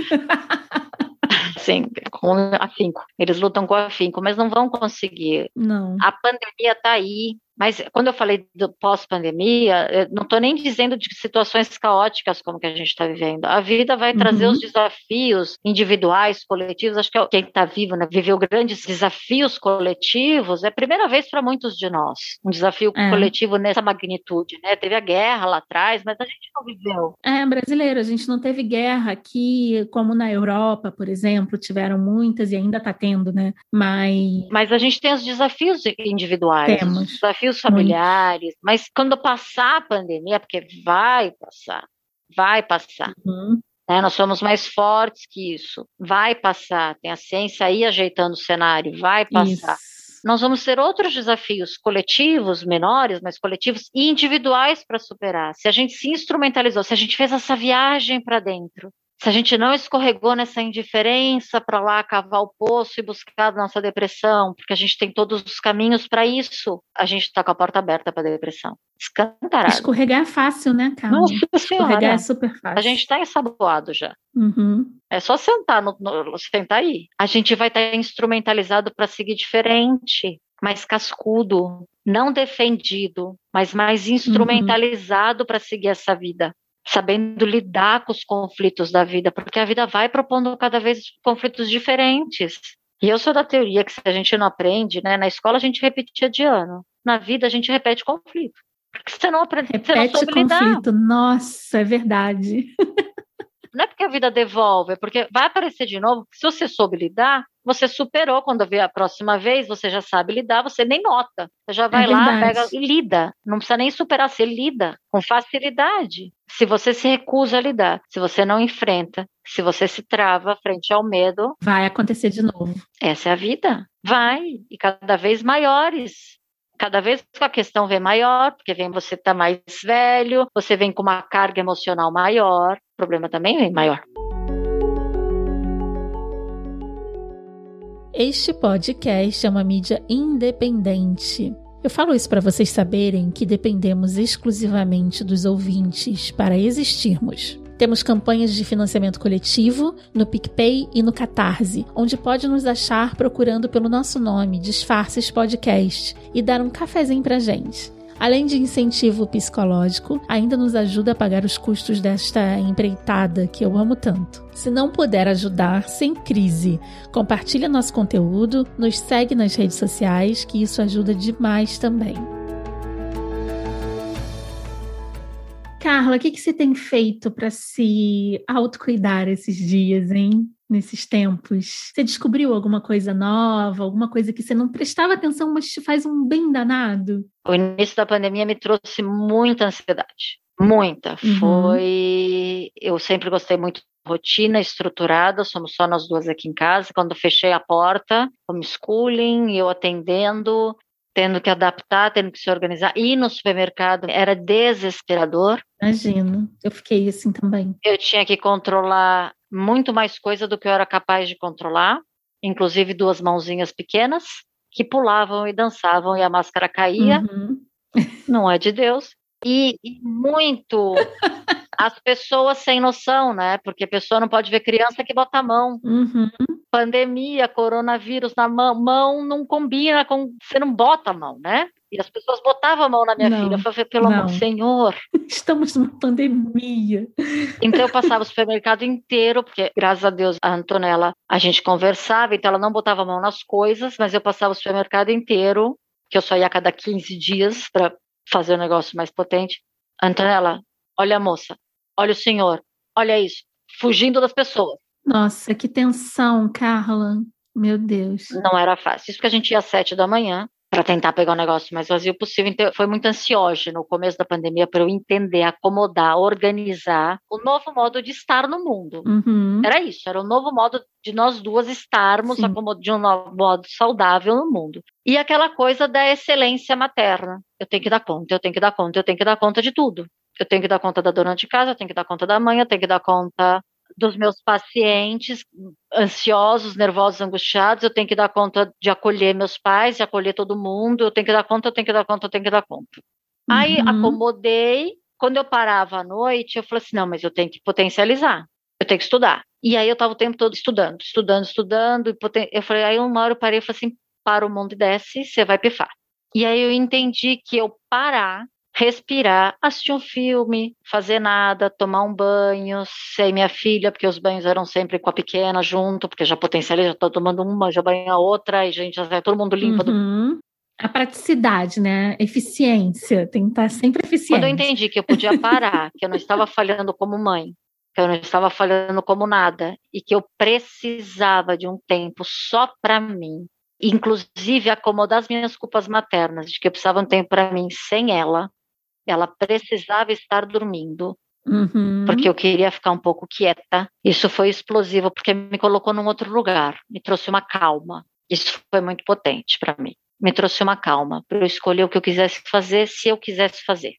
S5: Sim, com afinco. Eles lutam com afinco, mas não vão conseguir.
S3: Não.
S5: A pandemia está aí. Mas quando eu falei do pós-pandemia, eu não estou nem dizendo de situações caóticas como que a gente está vivendo. A vida vai trazer
S3: Uhum.
S5: os desafios individuais, coletivos. Acho que quem está vivo, né, viveu grandes desafios coletivos. É a primeira vez para muitos de nós um desafio
S3: É.
S5: coletivo nessa magnitude. Né? Teve a guerra lá atrás, mas a gente não viveu.
S3: É, brasileiro, a gente não teve guerra aqui, como na Europa, por exemplo, tiveram muitas e ainda está tá tendo, né? Mas
S5: Mas a gente tem os desafios individuais,
S3: Temos.
S5: os desafios desafios familiares, mas quando passar a pandemia, porque vai passar, vai passar.
S3: Uhum.
S5: né, Nós somos mais fortes que isso. Vai passar. Tem a ciência aí ajeitando o cenário. Vai passar.
S3: Isso.
S5: Nós vamos ter outros desafios coletivos, menores, mas coletivos e individuais para superar. Se a gente se instrumentalizou, se a gente fez essa viagem para dentro, se a gente não escorregou nessa indiferença para lá cavar o poço e buscar a nossa depressão, porque a gente tem todos os caminhos para isso, a gente está com a porta aberta para a depressão. Escancarado.
S3: Escorregar é fácil, né, Carmen?
S5: Nossa
S3: Escorregar
S5: Senhora,
S3: é super fácil.
S5: a gente está ensaboado já.
S3: Uhum.
S5: É só sentar, no, no- sentar aí. A gente vai estar instrumentalizado para seguir diferente, mais cascudo, não defendido, mas mais
S3: Uhum.
S5: instrumentalizado para seguir essa vida, sabendo lidar com os conflitos da vida, porque a vida vai propondo cada vez conflitos diferentes. E eu sou da teoria que se a gente não aprende, né, na escola a gente repetia de ano, na vida a gente repete conflito. Porque você não aprende, você não
S3: Repete o
S5: soube lidar.
S3: conflito. Nossa, é verdade.
S5: Não é porque a vida devolve, é porque vai aparecer de novo. porque Se você soube lidar, você superou. Quando vier a próxima vez, você já sabe lidar, você nem nota. Você já vai lá,
S3: verdade.
S5: pega e lida. Não precisa nem superar, você lida com facilidade. Se você se recusa a lidar, se você não enfrenta, se você se trava frente ao medo,
S3: Vai acontecer de novo.
S5: essa é a vida. Vai, e cada vez maiores. Cada vez que a questão vem maior, porque vem você tá mais velho, você vem com uma carga emocional maior, o problema também vem maior.
S3: Este podcast é uma mídia independente. Eu falo isso para vocês saberem que dependemos exclusivamente dos ouvintes para existirmos. Temos campanhas de financiamento coletivo no PicPay e no Catarse, onde pode nos achar procurando pelo nosso nome, Disfarces Podcast, e dar um cafezinho pra gente. Além de incentivo psicológico, ainda nos ajuda a pagar os custos desta empreitada que eu amo tanto. Se não puder ajudar, sem crise, Compartilha nosso conteúdo, nos segue nas redes sociais, que isso ajuda demais também. Carla, o que, que você tem feito para se autocuidar esses dias, hein? Nesses tempos? Você descobriu alguma coisa nova, alguma coisa que você não prestava atenção, mas te faz um bem danado?
S5: o início da pandemia me trouxe muita ansiedade. Muita.
S3: Uhum.
S5: Foi. Eu sempre gostei muito da rotina estruturada, somos só nós duas aqui em casa. Quando fechei a porta, homeschooling, eu atendendo, tendo que adaptar, tendo que se organizar. Ir no supermercado era desesperador.
S3: Imagino. Eu fiquei assim também.
S5: Eu tinha que controlar muito mais coisa do que eu era capaz de controlar, inclusive duas mãozinhas pequenas que pulavam e dançavam e a máscara caía
S3: Uhum.
S5: não é de Deus. E, e muito as pessoas sem noção, né? Porque a pessoa não pode ver criança que bota a mão.
S3: Uhum.
S5: Pandemia, coronavírus na mão, mão não combina com. Você não bota a mão, né? E as pessoas botavam a mão na minha
S3: Não,
S5: filha. Eu falei, pelo amor do
S3: não.
S5: Senhor.
S3: Estamos numa pandemia.
S5: Então eu passava o supermercado inteiro, porque graças a Deus a Antonella, a gente conversava, então ela não botava a mão nas coisas, mas eu passava o supermercado inteiro, que eu só ia a cada 15 dias para fazer um negócio mais potente. Antonella, olha a moça, olha o senhor, olha isso, fugindo das pessoas.
S3: Nossa, que tensão, Carla. Meu Deus.
S5: Não era fácil. Isso porque a gente ia às sete da manhã para tentar pegar o negócio mais vazio possível. Então, foi muito ansiógeno o começo da pandemia para eu entender, acomodar, organizar o novo modo de estar no mundo.
S3: Uhum.
S5: Era isso, era um novo modo de nós duas estarmos
S3: Sim.
S5: acomo- de um novo modo saudável no mundo. E aquela coisa da excelência materna. Eu tenho que dar conta, eu tenho que dar conta, eu tenho que dar conta de tudo. Eu tenho que dar conta da dona de casa, eu tenho que dar conta da mãe, eu tenho que dar conta dos meus pacientes ansiosos, nervosos, angustiados, eu tenho que dar conta de acolher meus pais, de acolher todo mundo, eu tenho que dar conta, eu tenho que dar conta, eu tenho que dar conta. Aí
S3: Uhum.
S5: acomodei. Quando eu parava à noite, eu falei assim: não, mas eu tenho que potencializar, eu tenho que estudar. E aí eu estava o tempo todo estudando, estudando, estudando. E poten- eu falei, aí uma hora eu parei e falei assim: para o mundo e desce, você vai pifar. E aí eu entendi que eu parar, respirar, assistir um filme, fazer nada, tomar um banho, sem minha filha, porque os banhos eram sempre com a pequena junto, porque já potencializei, já estou tomando uma, já banho a outra, e gente, já sai todo mundo limpa do
S3: Uhum. A praticidade, né? Eficiência. Tem que estar sempre eficiente.
S5: Quando eu entendi que eu podia parar, que eu não estava falhando como mãe, que eu não estava falhando como nada, e que eu precisava de um tempo só para mim, inclusive acomodar as minhas culpas maternas, de que eu precisava um tempo para mim sem ela, ela precisava estar dormindo,
S3: Uhum.
S5: porque eu queria ficar um pouco quieta. Isso foi explosivo, porque me colocou num outro lugar, me trouxe uma calma. Isso foi muito potente para mim. Me trouxe uma calma para eu escolher o que eu quisesse fazer, se eu quisesse fazer.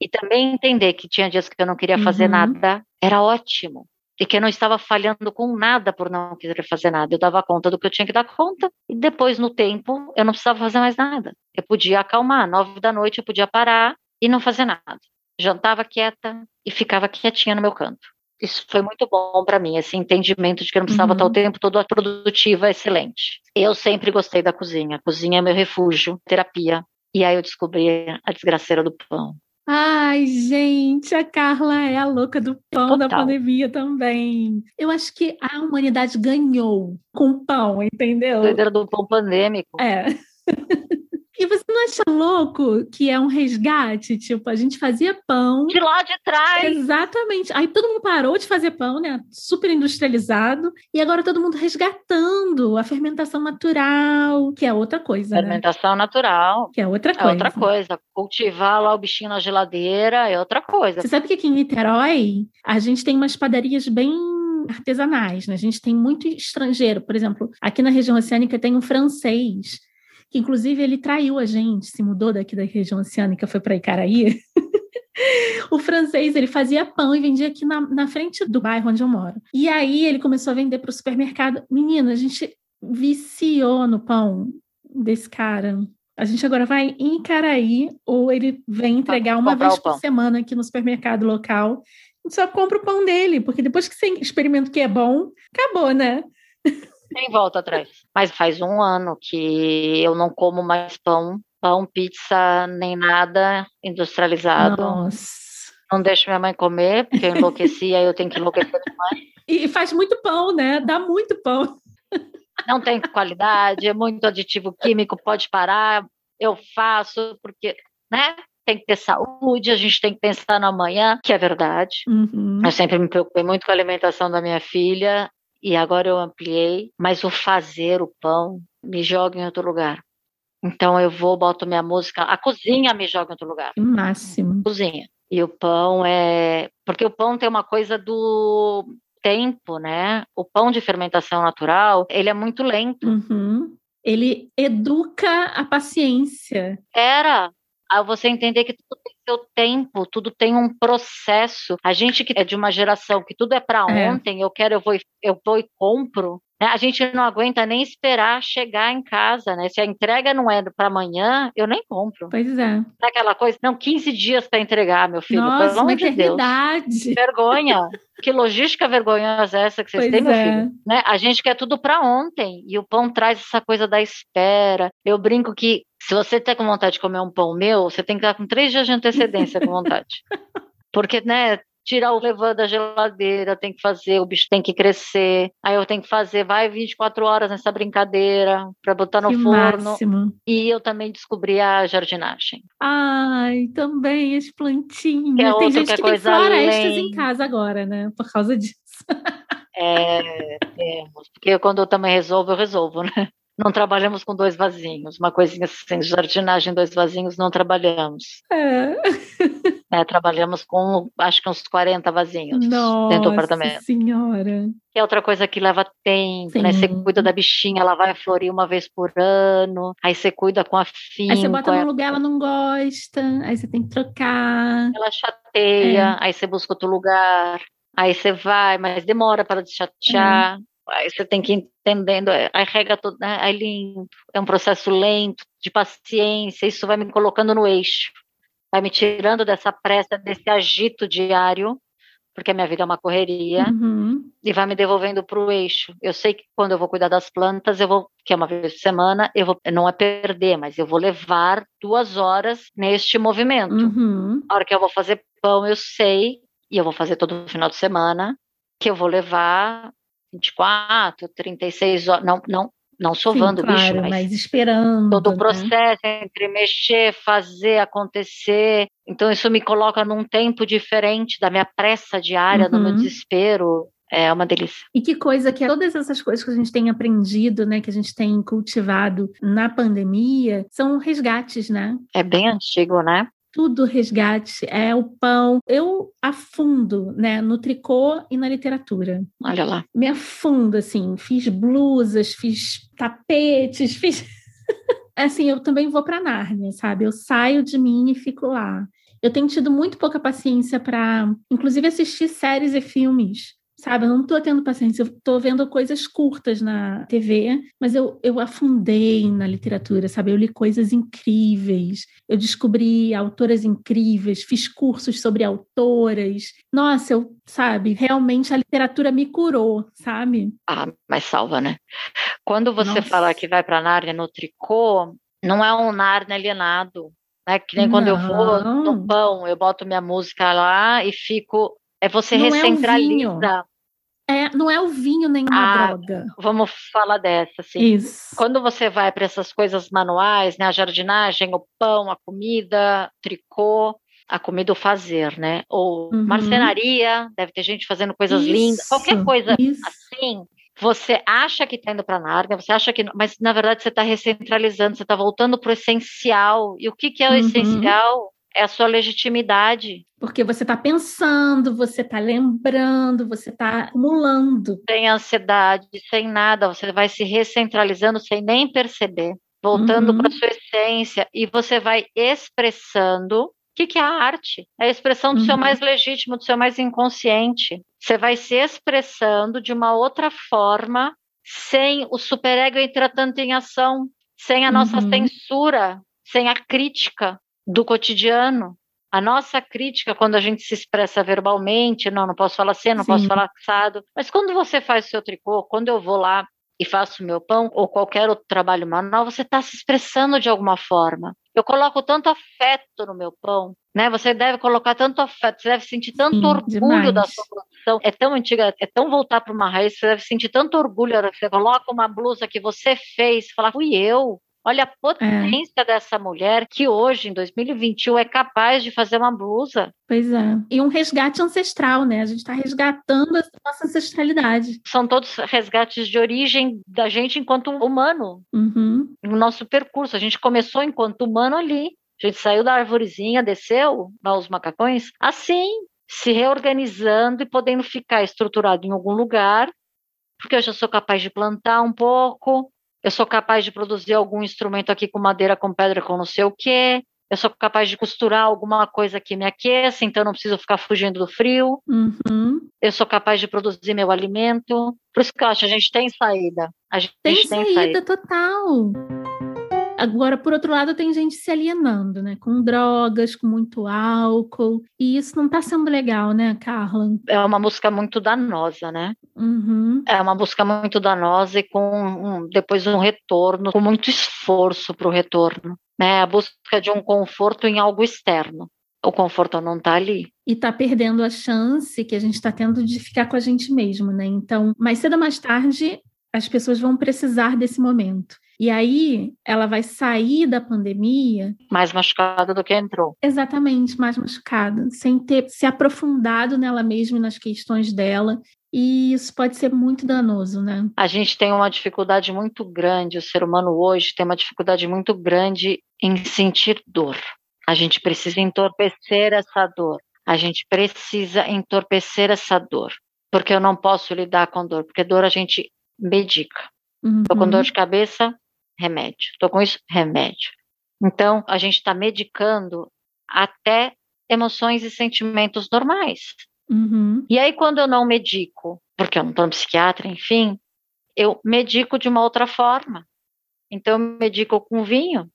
S5: E também entender que tinha dias que eu não queria fazer
S3: Uhum.
S5: nada, era ótimo. E que eu não estava falhando com nada por não querer fazer nada. Eu dava conta do que eu tinha que dar conta. E depois, no tempo, eu não precisava fazer mais nada. Eu podia acalmar. Nove da noite eu podia parar e não fazer nada jantava quieta e ficava quietinha no meu canto. Isso foi muito bom para mim, esse entendimento de que eu não precisava
S3: Uhum.
S5: estar o tempo todo produtiva, excelente. Eu sempre gostei da cozinha, a cozinha é meu refúgio, terapia. E aí eu descobri a desgraceira do pão.
S3: Ai, gente, a Carla é a louca do pão da
S5: Total.
S3: pandemia também. Eu acho que a humanidade ganhou com o pão, entendeu?
S5: Doideira do pão pandêmico.
S3: É. E você não acha louco que é um resgate? Tipo, a gente fazia pão.
S5: De lá de trás,
S3: Exatamente. Aí todo mundo parou de fazer pão, né? Super industrializado. E agora todo mundo resgatando a fermentação natural, que é outra coisa, né?
S5: fermentação natural.
S3: Que é outra
S5: É
S3: coisa.
S5: outra coisa. Cultivar lá o bichinho na geladeira é outra coisa.
S3: Você sabe que aqui em Niterói a gente tem umas padarias bem artesanais, né? A gente tem muito estrangeiro. Por exemplo, aqui na região oceânica tem um francês, que inclusive ele traiu a gente, se mudou daqui da região oceânica, foi para Icaraí. O francês, ele fazia pão e vendia aqui na, na frente do bairro onde eu moro. E aí ele começou a vender para o supermercado. Menina, a gente viciou no pão desse cara. A gente agora vai em Icaraí ou ele vem entregar
S5: Tá,
S3: uma
S5: comprar
S3: vez
S5: o
S3: por
S5: pão.
S3: semana aqui no supermercado local. A gente só compra o pão dele, porque depois que você experimenta o que é bom, acabou, né?
S5: Tem volta atrás. Mas faz um ano que eu não como mais pão, pão, pizza, nem nada industrializado. Não,
S3: Nossa.
S5: deixo minha mãe comer, porque eu enlouqueci, aí eu tenho que enlouquecer.
S3: E faz muito pão, né? Dá muito pão.
S5: Não tem qualidade, é muito aditivo químico, pode parar, eu faço, porque, né? Tem que ter saúde, a gente tem que pensar no amanhã, que é verdade.
S3: Uhum.
S5: Eu sempre me preocupei muito com a alimentação da minha filha e agora eu ampliei, mas o fazer o pão me joga em outro lugar. Então eu vou, boto minha música, a cozinha me joga em outro lugar,
S3: Que máximo.
S5: a cozinha. E o pão é, porque o pão tem uma coisa do tempo, né? O pão de fermentação natural, ele é muito lento.
S3: Uhum. Ele educa a paciência.
S5: Era a você entender que tudo tem seu tempo, tudo tem um processo. A gente que é de uma geração que tudo é para
S3: É.
S5: ontem, eu quero, eu vou, e- eu vou e compro. né? A gente não aguenta nem esperar chegar em casa, né? Se a entrega não é para amanhã, eu nem compro.
S3: Pois é.
S5: Não é Aquela coisa, não, 15 dias para entregar, meu filho, pelo
S3: Nossa, é uma
S5: amor de Deus.
S3: eternidade.
S5: Vergonha. Que logística vergonhosa é essa que vocês
S3: Pois
S5: têm, meu
S3: é.
S5: filho? Né? A gente quer tudo para ontem. E o pão traz essa coisa da espera. Eu brinco que se você tá com vontade de comer um pão meu, você tem que estar com três dias de antecedência com vontade. Porque, né? Tirar o levan da geladeira, tem que fazer, o bicho tem que crescer. Aí eu tenho que fazer, vai 24 horas nessa brincadeira para botar no
S3: que
S5: forno.
S3: máximo.
S5: E eu também descobri a jardinagem.
S3: Ai, também as plantinhas.
S5: Que é
S3: tem
S5: outro
S3: gente
S5: que é
S3: que tem
S5: coisa
S3: florestas em
S5: além.
S3: casa agora, né? Por causa disso.
S5: É, temos. Porque quando eu também resolvo, eu resolvo, né? Não trabalhamos com dois vasinhos. Uma coisinha assim, jardinagem, dois vasinhos, não trabalhamos.
S3: É.
S5: né? Trabalhamos com, acho que uns 40 vasinhos dentro do
S3: Nossa
S5: apartamento.
S3: senhora.
S5: Que é outra coisa que leva tempo, né?
S3: Sim.
S5: Você cuida da bichinha, ela vai florir uma vez por ano. Aí você cuida com a
S3: Aí você
S5: finca,
S3: bota num lugar, ela não gosta. Aí você tem que trocar.
S5: ela chateia, aí você busca outro lugar, aí você vai, mas demora para deschatear, aí você tem que ir entendendo, é, aí rega tudo, né? aí limpo, é um processo lento, de paciência, isso vai me colocando no eixo, vai me tirando dessa pressa, desse agito diário, porque a minha vida é uma correria,
S3: Uhum.
S5: e vai me devolvendo para o eixo. Eu sei que quando eu vou cuidar das plantas, eu vou, que é uma vez por semana, eu vou, não é perder, mas eu vou levar duas horas neste movimento.
S3: Uhum.
S5: A hora que eu vou fazer pão, eu sei, e eu vou fazer todo final de semana, que eu vou levar 24, 36 horas. Não, não, não sovando
S3: Sim,
S5: o bicho,
S3: claro,
S5: mas,
S3: mas esperando.
S5: todo o
S3: né?
S5: processo entre mexer, fazer, acontecer. Então, isso me coloca num tempo diferente da minha pressa diária, do meu
S3: Uhum.
S5: desespero. É uma delícia.
S3: E que coisa que é, todas essas coisas que a gente tem aprendido, né, que a gente tem cultivado na pandemia, são resgates, né?
S5: É bem antigo, né?
S3: tudo resgate, é o pão. Eu afundo, né, no tricô e na literatura.
S5: Olha lá.
S3: Me afundo, assim, fiz blusas, fiz tapetes, fiz. assim, eu também vou para Nárnia, sabe? Eu saio de mim e fico lá. Eu tenho tido muito pouca paciência para, inclusive, assistir séries e filmes sabe? Eu não estou tendo paciência, eu estou vendo coisas curtas na TV, mas eu, eu afundei na literatura, sabe? Eu li coisas incríveis, eu descobri autoras incríveis, fiz cursos sobre autoras. Nossa, eu, sabe, realmente a literatura me curou, sabe?
S5: Ah, mas salva, né? Quando você Nossa. fala que vai para Nárnia no tricô, não é um Nárnia alienado. Né? Que nem não. quando eu vou no pão, eu boto minha música lá e fico é você não recentraliza.
S3: É, um é não é o vinho nem uma ah, droga.
S5: Vamos falar dessa, assim.
S3: Isso.
S5: Quando você vai para essas coisas manuais, né, a jardinagem, o pão, a comida, tricô, a comida o fazer, né? Ou uhum. marcenaria, deve ter gente fazendo coisas isso, lindas, qualquer coisa isso. assim. Você acha que está indo para Nárnia, você acha que, mas na verdade você está recentralizando, você está voltando para o essencial. E o que, que é o uhum. essencial? é a sua legitimidade.
S3: Porque você está pensando, você está lembrando, você está acumulando.
S5: Sem ansiedade, sem nada, você vai se recentralizando sem nem perceber, voltando uhum. para sua essência e você vai expressando. O que, que é a arte? É a expressão do uhum. seu mais legítimo, do seu mais inconsciente. Você vai se expressando de uma outra forma, sem o superego entrar tanto em ação, sem a uhum. nossa censura, sem a crítica, do cotidiano. A nossa crítica, quando a gente se expressa verbalmente, não, não posso falar assim, não Sim. posso falar assado. Mas quando você faz seu tricô, quando eu vou lá e faço meu pão ou qualquer outro trabalho manual, você está se expressando de alguma forma. Eu coloco tanto afeto no meu pão, né? Você deve colocar tanto afeto, você deve sentir tanto Sim, orgulho demais. da sua produção. É tão antiga, é tão voltar para uma raiz, você deve sentir tanto orgulho. Você coloca uma blusa que você fez, falar, fui eu, Olha a potência é. dessa mulher que hoje, em 2021, é capaz de fazer uma blusa.
S3: Pois é. E um resgate ancestral, né? A gente está resgatando a nossa ancestralidade.
S5: São todos resgates de origem da gente enquanto humano.
S3: Uhum.
S5: No nosso percurso. A gente começou enquanto humano ali. A gente saiu da arvorezinha, desceu aos macacões, assim, se reorganizando e podendo ficar estruturado em algum lugar. Porque eu já sou capaz de plantar um pouco, eu sou capaz de produzir algum instrumento aqui com madeira, com pedra, com não sei o quê. Eu sou capaz de costurar alguma coisa que me aqueça, então não preciso ficar fugindo do frio.
S3: Uhum.
S5: Eu sou capaz de produzir meu alimento. Por isso que eu acho, a gente tem saída. A gente
S3: tem, tem saída, saída total. Agora, por outro lado, tem gente se alienando, né? Com drogas, com muito álcool. E isso não tá sendo legal, né, Carla?
S5: É uma música muito danosa, né?
S3: Uhum.
S5: É uma música muito danosa e com um, depois um retorno, com muito esforço para o retorno. Né? A busca de um conforto em algo externo. O conforto não tá ali.
S3: E tá perdendo a chance que a gente tá tendo de ficar com a gente mesmo, né? Então, mais cedo ou mais tarde, as pessoas vão precisar desse momento. E aí ela vai sair da pandemia
S5: mais machucada do que entrou.
S3: Exatamente, mais machucada, sem ter se aprofundado nela mesma e nas questões dela. E isso pode ser muito danoso, né?
S5: A gente tem uma dificuldade muito grande, o ser humano hoje tem uma dificuldade muito grande em sentir dor. A gente precisa entorpecer essa dor. A gente precisa entorpecer essa dor. Porque eu não posso lidar com dor, porque dor a gente medica.
S3: Uhum.
S5: Tô com dor de cabeça, remédio. Estou com isso, remédio. Então, a gente está medicando até emoções e sentimentos normais.
S3: Uhum.
S5: E aí, quando eu não medico, porque eu não estou no psiquiatra, enfim, eu medico de uma outra forma. Então, eu medico com vinho,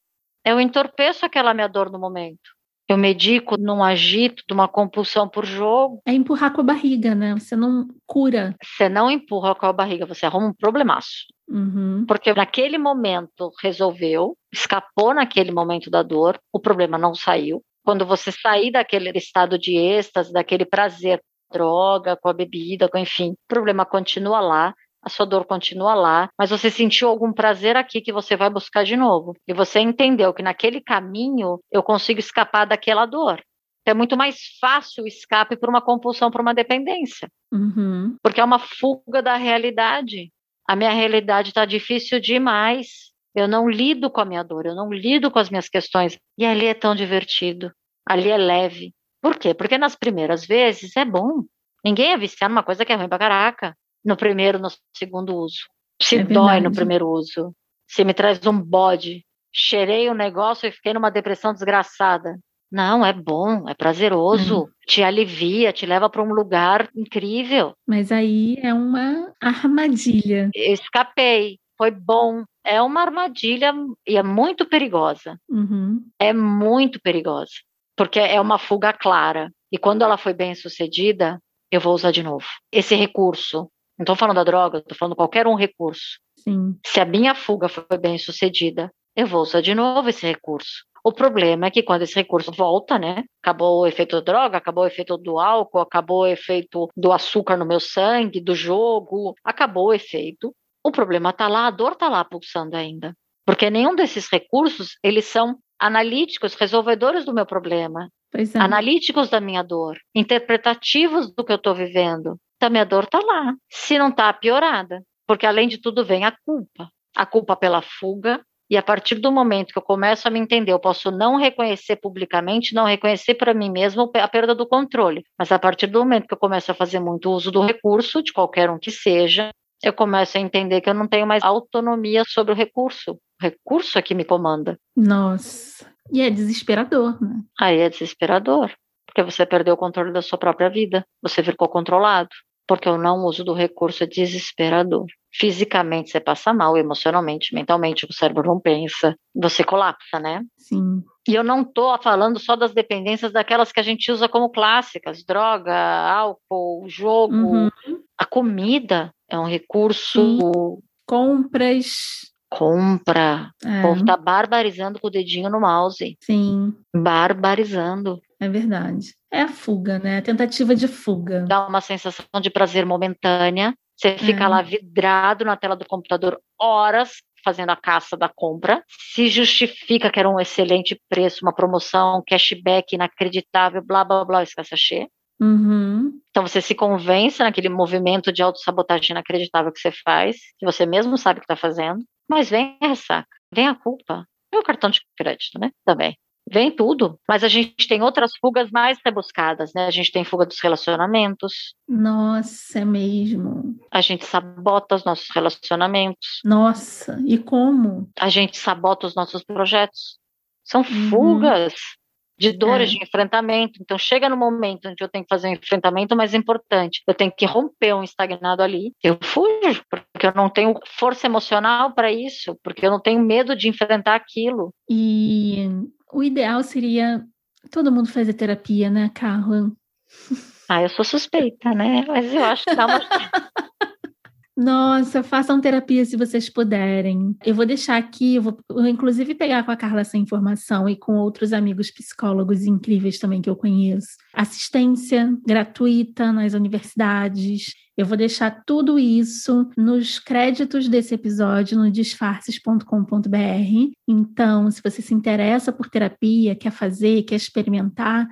S5: eu entorpeço aquela minha dor no momento. Eu medico num agito, de uma compulsão por jogo.
S3: É empurrar com a barriga, né? Você não cura.
S5: Você não empurra com a barriga, você arruma um problemaço.
S3: Uhum.
S5: Porque naquele momento resolveu, escapou naquele momento da dor, o problema não saiu. Quando você sair daquele estado de êxtase, daquele prazer com a droga, com a bebida, com, enfim, o problema continua lá, a sua dor continua lá, mas você sentiu algum prazer aqui que você vai buscar de novo. E você entendeu que naquele caminho eu consigo escapar daquela dor. É muito mais fácil o escape para uma compulsão, para uma dependência.
S3: Uhum.
S5: Porque é uma fuga da realidade. A minha realidade está difícil demais. Eu não lido com a minha dor, eu não lido com as minhas questões. E ali é tão divertido, ali é leve. Por quê? Porque nas primeiras vezes é bom. Ninguém é viciado numa coisa que é ruim pra caraca. No primeiro, no segundo uso. Se
S3: É
S5: dói no
S3: verdade.
S5: primeiro uso. Se me traz um bode. Cheirei o negócio e fiquei numa depressão desgraçada. Não, é bom, é prazeroso,
S3: Uhum.
S5: te alivia, te leva para um lugar incrível.
S3: Mas aí é uma armadilha.
S5: Eu escapei, foi bom. É uma armadilha e é muito perigosa.
S3: Uhum.
S5: é muito perigosa, porque é uma fuga clara. E quando ela foi bem sucedida, eu vou usar de novo. Esse recurso, não estou falando da droga, estou falando qualquer um recurso.
S3: Sim.
S5: Se a minha fuga foi bem sucedida, eu vou usar de novo esse recurso. O problema é que quando esse recurso volta, né? Acabou o efeito da droga, acabou o efeito do álcool, acabou o efeito do açúcar no meu sangue, do jogo, acabou o efeito. O problema está lá, a dor está lá pulsando ainda. Porque nenhum desses recursos, eles são analíticos, resolvedores do meu problema,
S3: Pois é.
S5: analíticos da minha dor, interpretativos do que eu estou vivendo. Então, minha dor está lá, se não está piorada. Porque, além de tudo, vem a culpa. A culpa pela fuga. E a partir do momento que eu começo a me entender, eu posso não reconhecer publicamente, não reconhecer para mim mesmo a perda do controle. Mas a partir do momento que eu começo a fazer muito uso do recurso, de qualquer um que seja, eu começo a entender que eu não tenho mais autonomia sobre o recurso. O recurso é que me comanda.
S3: Nossa. E é desesperador, né?
S5: Aí é desesperador, porque você perdeu o controle da sua própria vida, você ficou controlado, porque o não uso do recurso é desesperador. Fisicamente você passa mal, emocionalmente, mentalmente, o cérebro não pensa, você colapsa, né?
S3: Sim.
S5: E eu não estou falando só das dependências daquelas que a gente usa como clássicas, droga, álcool, jogo,
S3: Uhum.
S5: a comida é um recurso,
S3: Compras.
S5: compra.
S3: É,
S5: O povo tá barbarizando com o dedinho no mouse,
S3: Sim,
S5: barbarizando.
S3: é verdade. É a fuga, né? A tentativa de fuga.
S5: dá uma sensação de prazer momentânea. Você fica
S3: É.
S5: lá vidrado na tela do computador horas fazendo a caça da compra. Se justifica que era um excelente preço, uma promoção, um cashback inacreditável, blá blá blá, esse cachê.
S3: Uhum.
S5: Então você se convence naquele movimento de autossabotagem inacreditável que você faz, que você mesmo sabe que está fazendo, mas vem a ressaca, vem a culpa, vem o cartão de crédito, né? Também. Vem tudo. Mas a gente tem outras fugas mais rebuscadas, né? A gente tem fuga dos relacionamentos,
S3: Nossa, é mesmo.
S5: a gente sabota os nossos relacionamentos,
S3: Nossa, e como?
S5: a gente sabota os nossos projetos. São
S3: Uhum.
S5: fugas de dores
S3: É.
S5: de enfrentamento. Então chega no momento onde eu tenho que fazer um enfrentamento mais importante. Eu tenho que romper um estagnado ali. Eu fujo, porque eu não tenho força emocional para isso, porque eu não tenho medo de enfrentar aquilo.
S3: E o ideal seria todo mundo fazer terapia, né, Carla?
S5: Ah, eu sou suspeita, né? Mas eu acho que dá uma
S3: Nossa, façam terapia se vocês puderem. Eu vou deixar aqui, eu vou eu, inclusive pegar com a Carla essa informação e com outros amigos psicólogos incríveis também que eu conheço. Assistência gratuita nas universidades. Eu vou deixar tudo isso nos créditos desse episódio no disfarces.com.br. Então, se você se interessa por terapia, quer fazer, quer experimentar,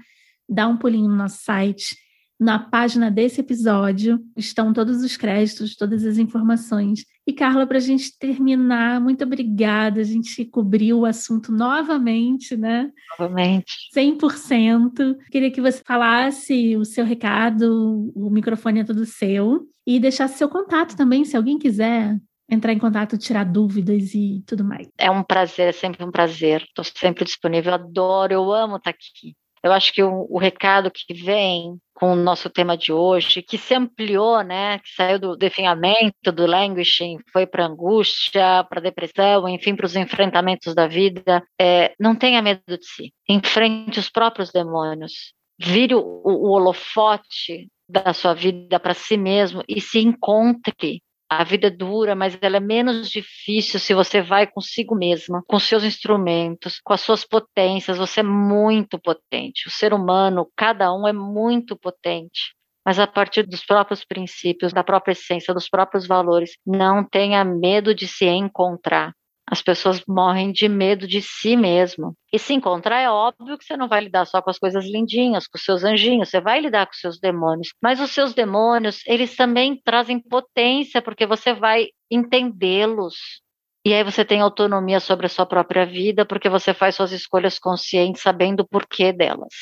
S3: dá um pulinho no nosso site. Na página desse episódio estão todos os créditos, todas as informações. E, Carla, para a gente terminar, muito obrigada. A gente cobriu o assunto novamente, né?
S5: novamente.
S3: 100%. Queria que você falasse o seu recado, o microfone é todo seu. E deixasse seu contato também, se alguém quiser entrar em contato, tirar dúvidas e tudo mais.
S5: é um prazer, é sempre um prazer. Estou sempre disponível, adoro, eu amo estar aqui. Eu acho que o, o recado que vem com o nosso tema de hoje, que se ampliou, né, que saiu do definhamento, do languishing, foi para angústia, para depressão, enfim, para os enfrentamentos da vida, é, não tenha medo de si. Enfrente os próprios demônios. Vire o, o holofote da sua vida para si mesmo e se encontre. A vida é dura, mas ela é menos difícil se você vai consigo mesma, com seus instrumentos, com as suas potências. Você é muito potente. O ser humano, cada um é muito potente. Mas a partir dos próprios princípios, da própria essência, dos próprios valores, não tenha medo de se encontrar. As pessoas morrem de medo de si mesmo. E se encontrar, é óbvio que você não vai lidar só com as coisas lindinhas, com os seus anjinhos, você vai lidar com os seus demônios. Mas os seus demônios, eles também trazem potência, porque você vai entendê-los. E aí você tem autonomia sobre a sua própria vida, porque você faz suas escolhas conscientes, sabendo o porquê delas.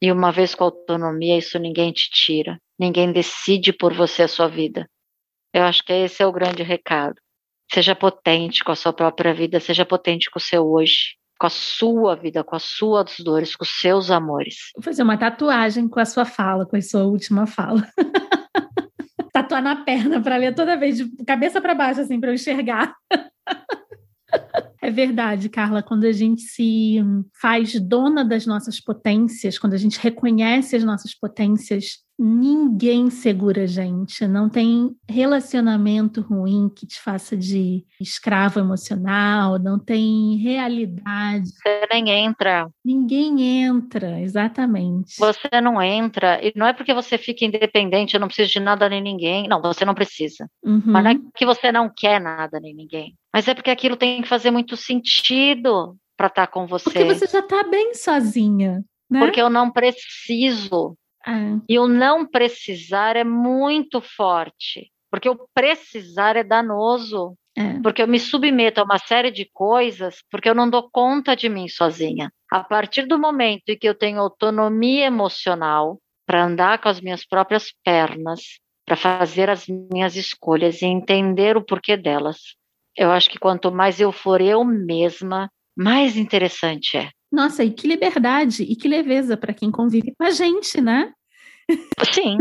S5: E uma vez com autonomia, isso ninguém te tira. Ninguém decide por você a sua vida. Eu acho que esse é o grande recado. Seja potente com a sua própria vida, seja potente com o seu hoje, com a sua vida, com as suas dores, com os seus amores.
S3: Vou fazer uma tatuagem com a sua fala, com a sua última fala. Tatuar na perna para ler toda vez, de cabeça para baixo, assim, para eu enxergar. É verdade, Carla, quando a gente se faz dona das nossas potências, quando a gente reconhece as nossas potências, ninguém segura a gente. Não tem relacionamento ruim que te faça de escravo emocional, não tem realidade.
S5: Você nem entra.
S3: Ninguém entra, exatamente.
S5: Você não entra. E não é porque você fica independente, eu não preciso de nada nem ninguém. Não, você não precisa.
S3: Uhum.
S5: Mas não é que você não quer nada nem ninguém. Mas é porque aquilo tem que fazer muito sentido para estar com você.
S3: Porque você já está bem sozinha. Né?
S5: Porque eu não preciso
S3: Ah,
S5: E o não precisar é muito forte, porque o precisar é danoso,
S3: é.
S5: porque eu me submeto a uma série de coisas, porque eu não dou conta de mim sozinha. A partir do momento em que eu tenho autonomia emocional para andar com as minhas próprias pernas, para fazer as minhas escolhas e entender o porquê delas, eu acho que quanto mais eu for eu mesma, mais interessante é.
S3: Nossa, e que liberdade e que leveza para quem convive com a gente, né?
S5: Sim.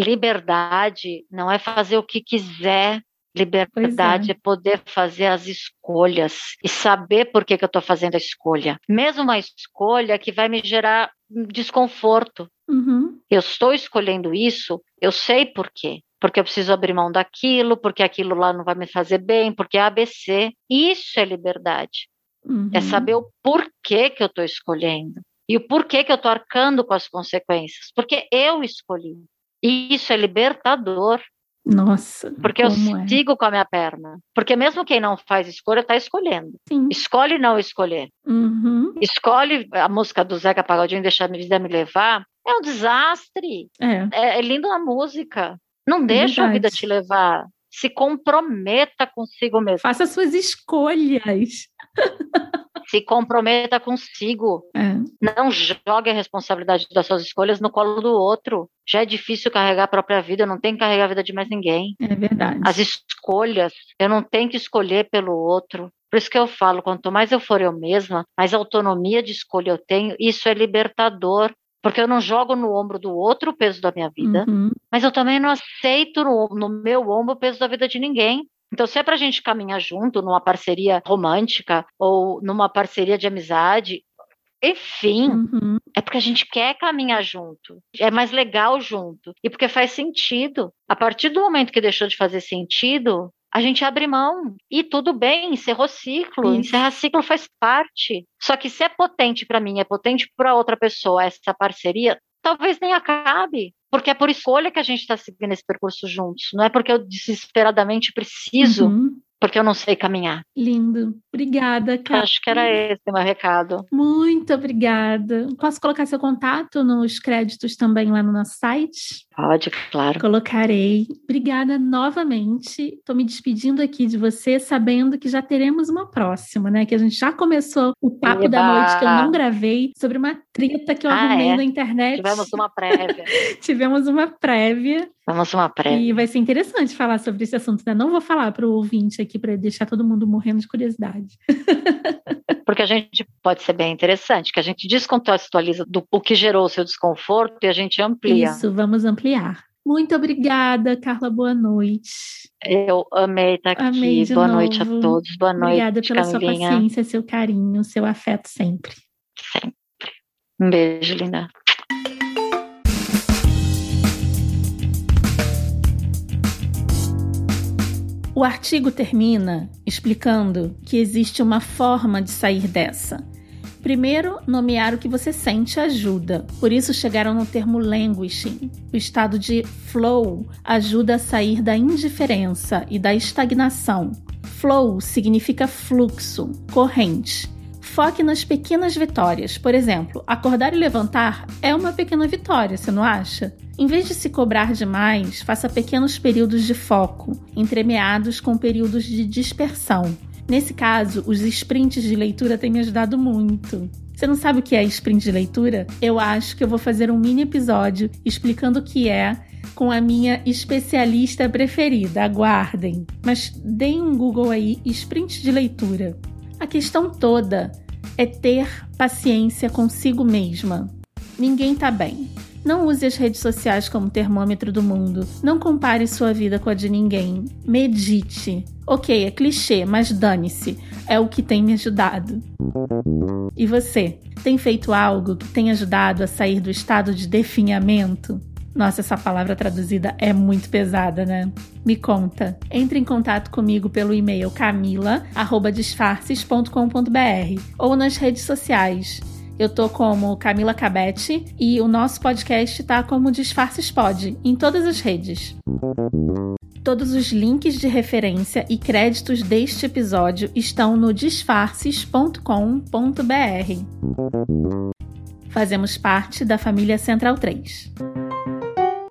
S5: Liberdade não é fazer o que quiser. Liberdade é. poder fazer as escolhas e saber por que, que eu estou fazendo a escolha. Mesmo uma escolha que vai me gerar um desconforto.
S3: Uhum.
S5: Eu estou escolhendo isso, eu sei por quê. Porque eu preciso abrir mão daquilo, porque aquilo lá não vai me fazer bem, porque é ABC. Isso é liberdade.
S3: uhum.
S5: É saber o porquê que eu estou escolhendo e o porquê que eu estou arcando com as consequências, porque eu escolhi. E isso é libertador,
S3: Nossa,
S5: porque
S3: como
S5: eu
S3: é?
S5: sigo com a minha perna. Porque mesmo quem não faz escolha está escolhendo.
S3: Sim.
S5: Escolhe não escolher.
S3: Uhum.
S5: Escolhe a música do Zeca Pagodinho, Deixa a Minha Vida Me Levar. É um desastre.
S3: É.
S5: É, é lindo a música. Não deixa a vida
S3: Verdade.
S5: te levar. Se comprometa consigo mesmo.
S3: Faça suas escolhas.
S5: Se comprometa consigo.
S3: É.
S5: Não jogue a responsabilidade das suas escolhas no colo do outro. Já é difícil carregar a própria vida, eu não tenho que carregar a vida de mais ninguém.
S3: É verdade.
S5: As escolhas, eu não tenho que escolher pelo outro. Por isso que eu falo, quanto mais eu for eu mesma, mais autonomia de escolha eu tenho, isso é libertador. Porque eu não jogo no ombro do outro o peso da minha vida,
S3: Uhum.
S5: mas eu também não aceito no, no meu ombro o peso da vida de ninguém. Então, se é para a gente caminhar junto numa parceria romântica ou numa parceria de amizade, enfim,
S3: Uhum.
S5: é porque a gente quer caminhar junto. É mais legal junto. E porque faz sentido. A partir do momento que deixou de fazer sentido, a gente abre mão. E tudo bem, encerrou ciclo.
S3: Isso.
S5: Encerrar ciclo faz parte. Só que se é potente para mim, é potente para outra pessoa essa parceria, talvez nem acabe. Porque é por escolha que a gente está seguindo esse percurso juntos. Não é porque eu desesperadamente preciso,
S3: Uhum.
S5: porque eu não sei caminhar.
S3: Lindo. Obrigada, Carla.
S5: Acho que era esse o meu recado.
S3: Muito obrigada. Posso colocar seu contato nos créditos também lá no nosso site?
S5: Pode, claro.
S3: Colocarei. Obrigada novamente. Estou me despedindo aqui de você, sabendo que já teremos uma próxima, né? Que a gente já começou o papo da
S5: Eba!
S3: noite que eu não gravei sobre uma treta que eu
S5: Ah,
S3: arrumei
S5: é?
S3: na internet.
S5: Tivemos um uma prévia.
S3: Tivemos uma prévia
S5: Tivemos uma prévia.
S3: e vai ser interessante falar sobre esse assunto. Né? Não vou falar para o ouvinte aqui para deixar todo mundo morrendo de curiosidade.
S5: Porque a gente pode ser bem interessante, que a gente descontextualiza do o que gerou o seu desconforto e a gente amplia.
S3: Isso, vamos ampliar. Muito obrigada, Carla. Boa noite.
S5: Eu amei estar aqui.
S3: Amei de
S5: Boa noite a
S3: novo.
S5: todos. Boa
S3: Obrigada
S5: noite,
S3: pela sua
S5: Camilinha.
S3: paciência, seu carinho, seu afeto sempre.
S5: Sempre. Um beijo, linda.
S3: O artigo termina explicando que existe uma forma de sair dessa, Primeiro, nomear o que você sente ajuda. Por isso chegaram no termo languishing. O estado de flow ajuda a sair da indiferença e da estagnação. Flow significa fluxo, corrente. Foque nas pequenas vitórias. Por exemplo, acordar e levantar é uma pequena vitória, você não acha? Em vez de se cobrar demais, faça pequenos períodos de foco, entremeados com períodos de dispersão. Nesse caso, os sprints de leitura têm me ajudado muito. Você não sabe o que é sprint de leitura? Eu acho que eu vou fazer um mini episódio explicando o que é com a minha especialista preferida. Aguardem. Mas deem um Google aí, sprint de leitura. A questão toda é ter paciência consigo mesma. Ninguém tá bem. Não use as redes sociais como termômetro do mundo. Não compare sua vida com a de ninguém. Medite. Ok, é clichê, mas dane-se. É o que tem me ajudado. E você? Tem feito algo que tem ajudado a sair do estado de definhamento? Nossa, essa palavra traduzida é muito pesada, né? Me conta. Entre em contato comigo pelo e-mail camila@disfarces.com.br ou nas redes sociais. Eu tô como Camila Cabete e o nosso podcast tá como Disfarces Pod em todas as redes. Todos os links de referência e créditos deste episódio estão no disfarces.com.br. Fazemos parte da família Central 3.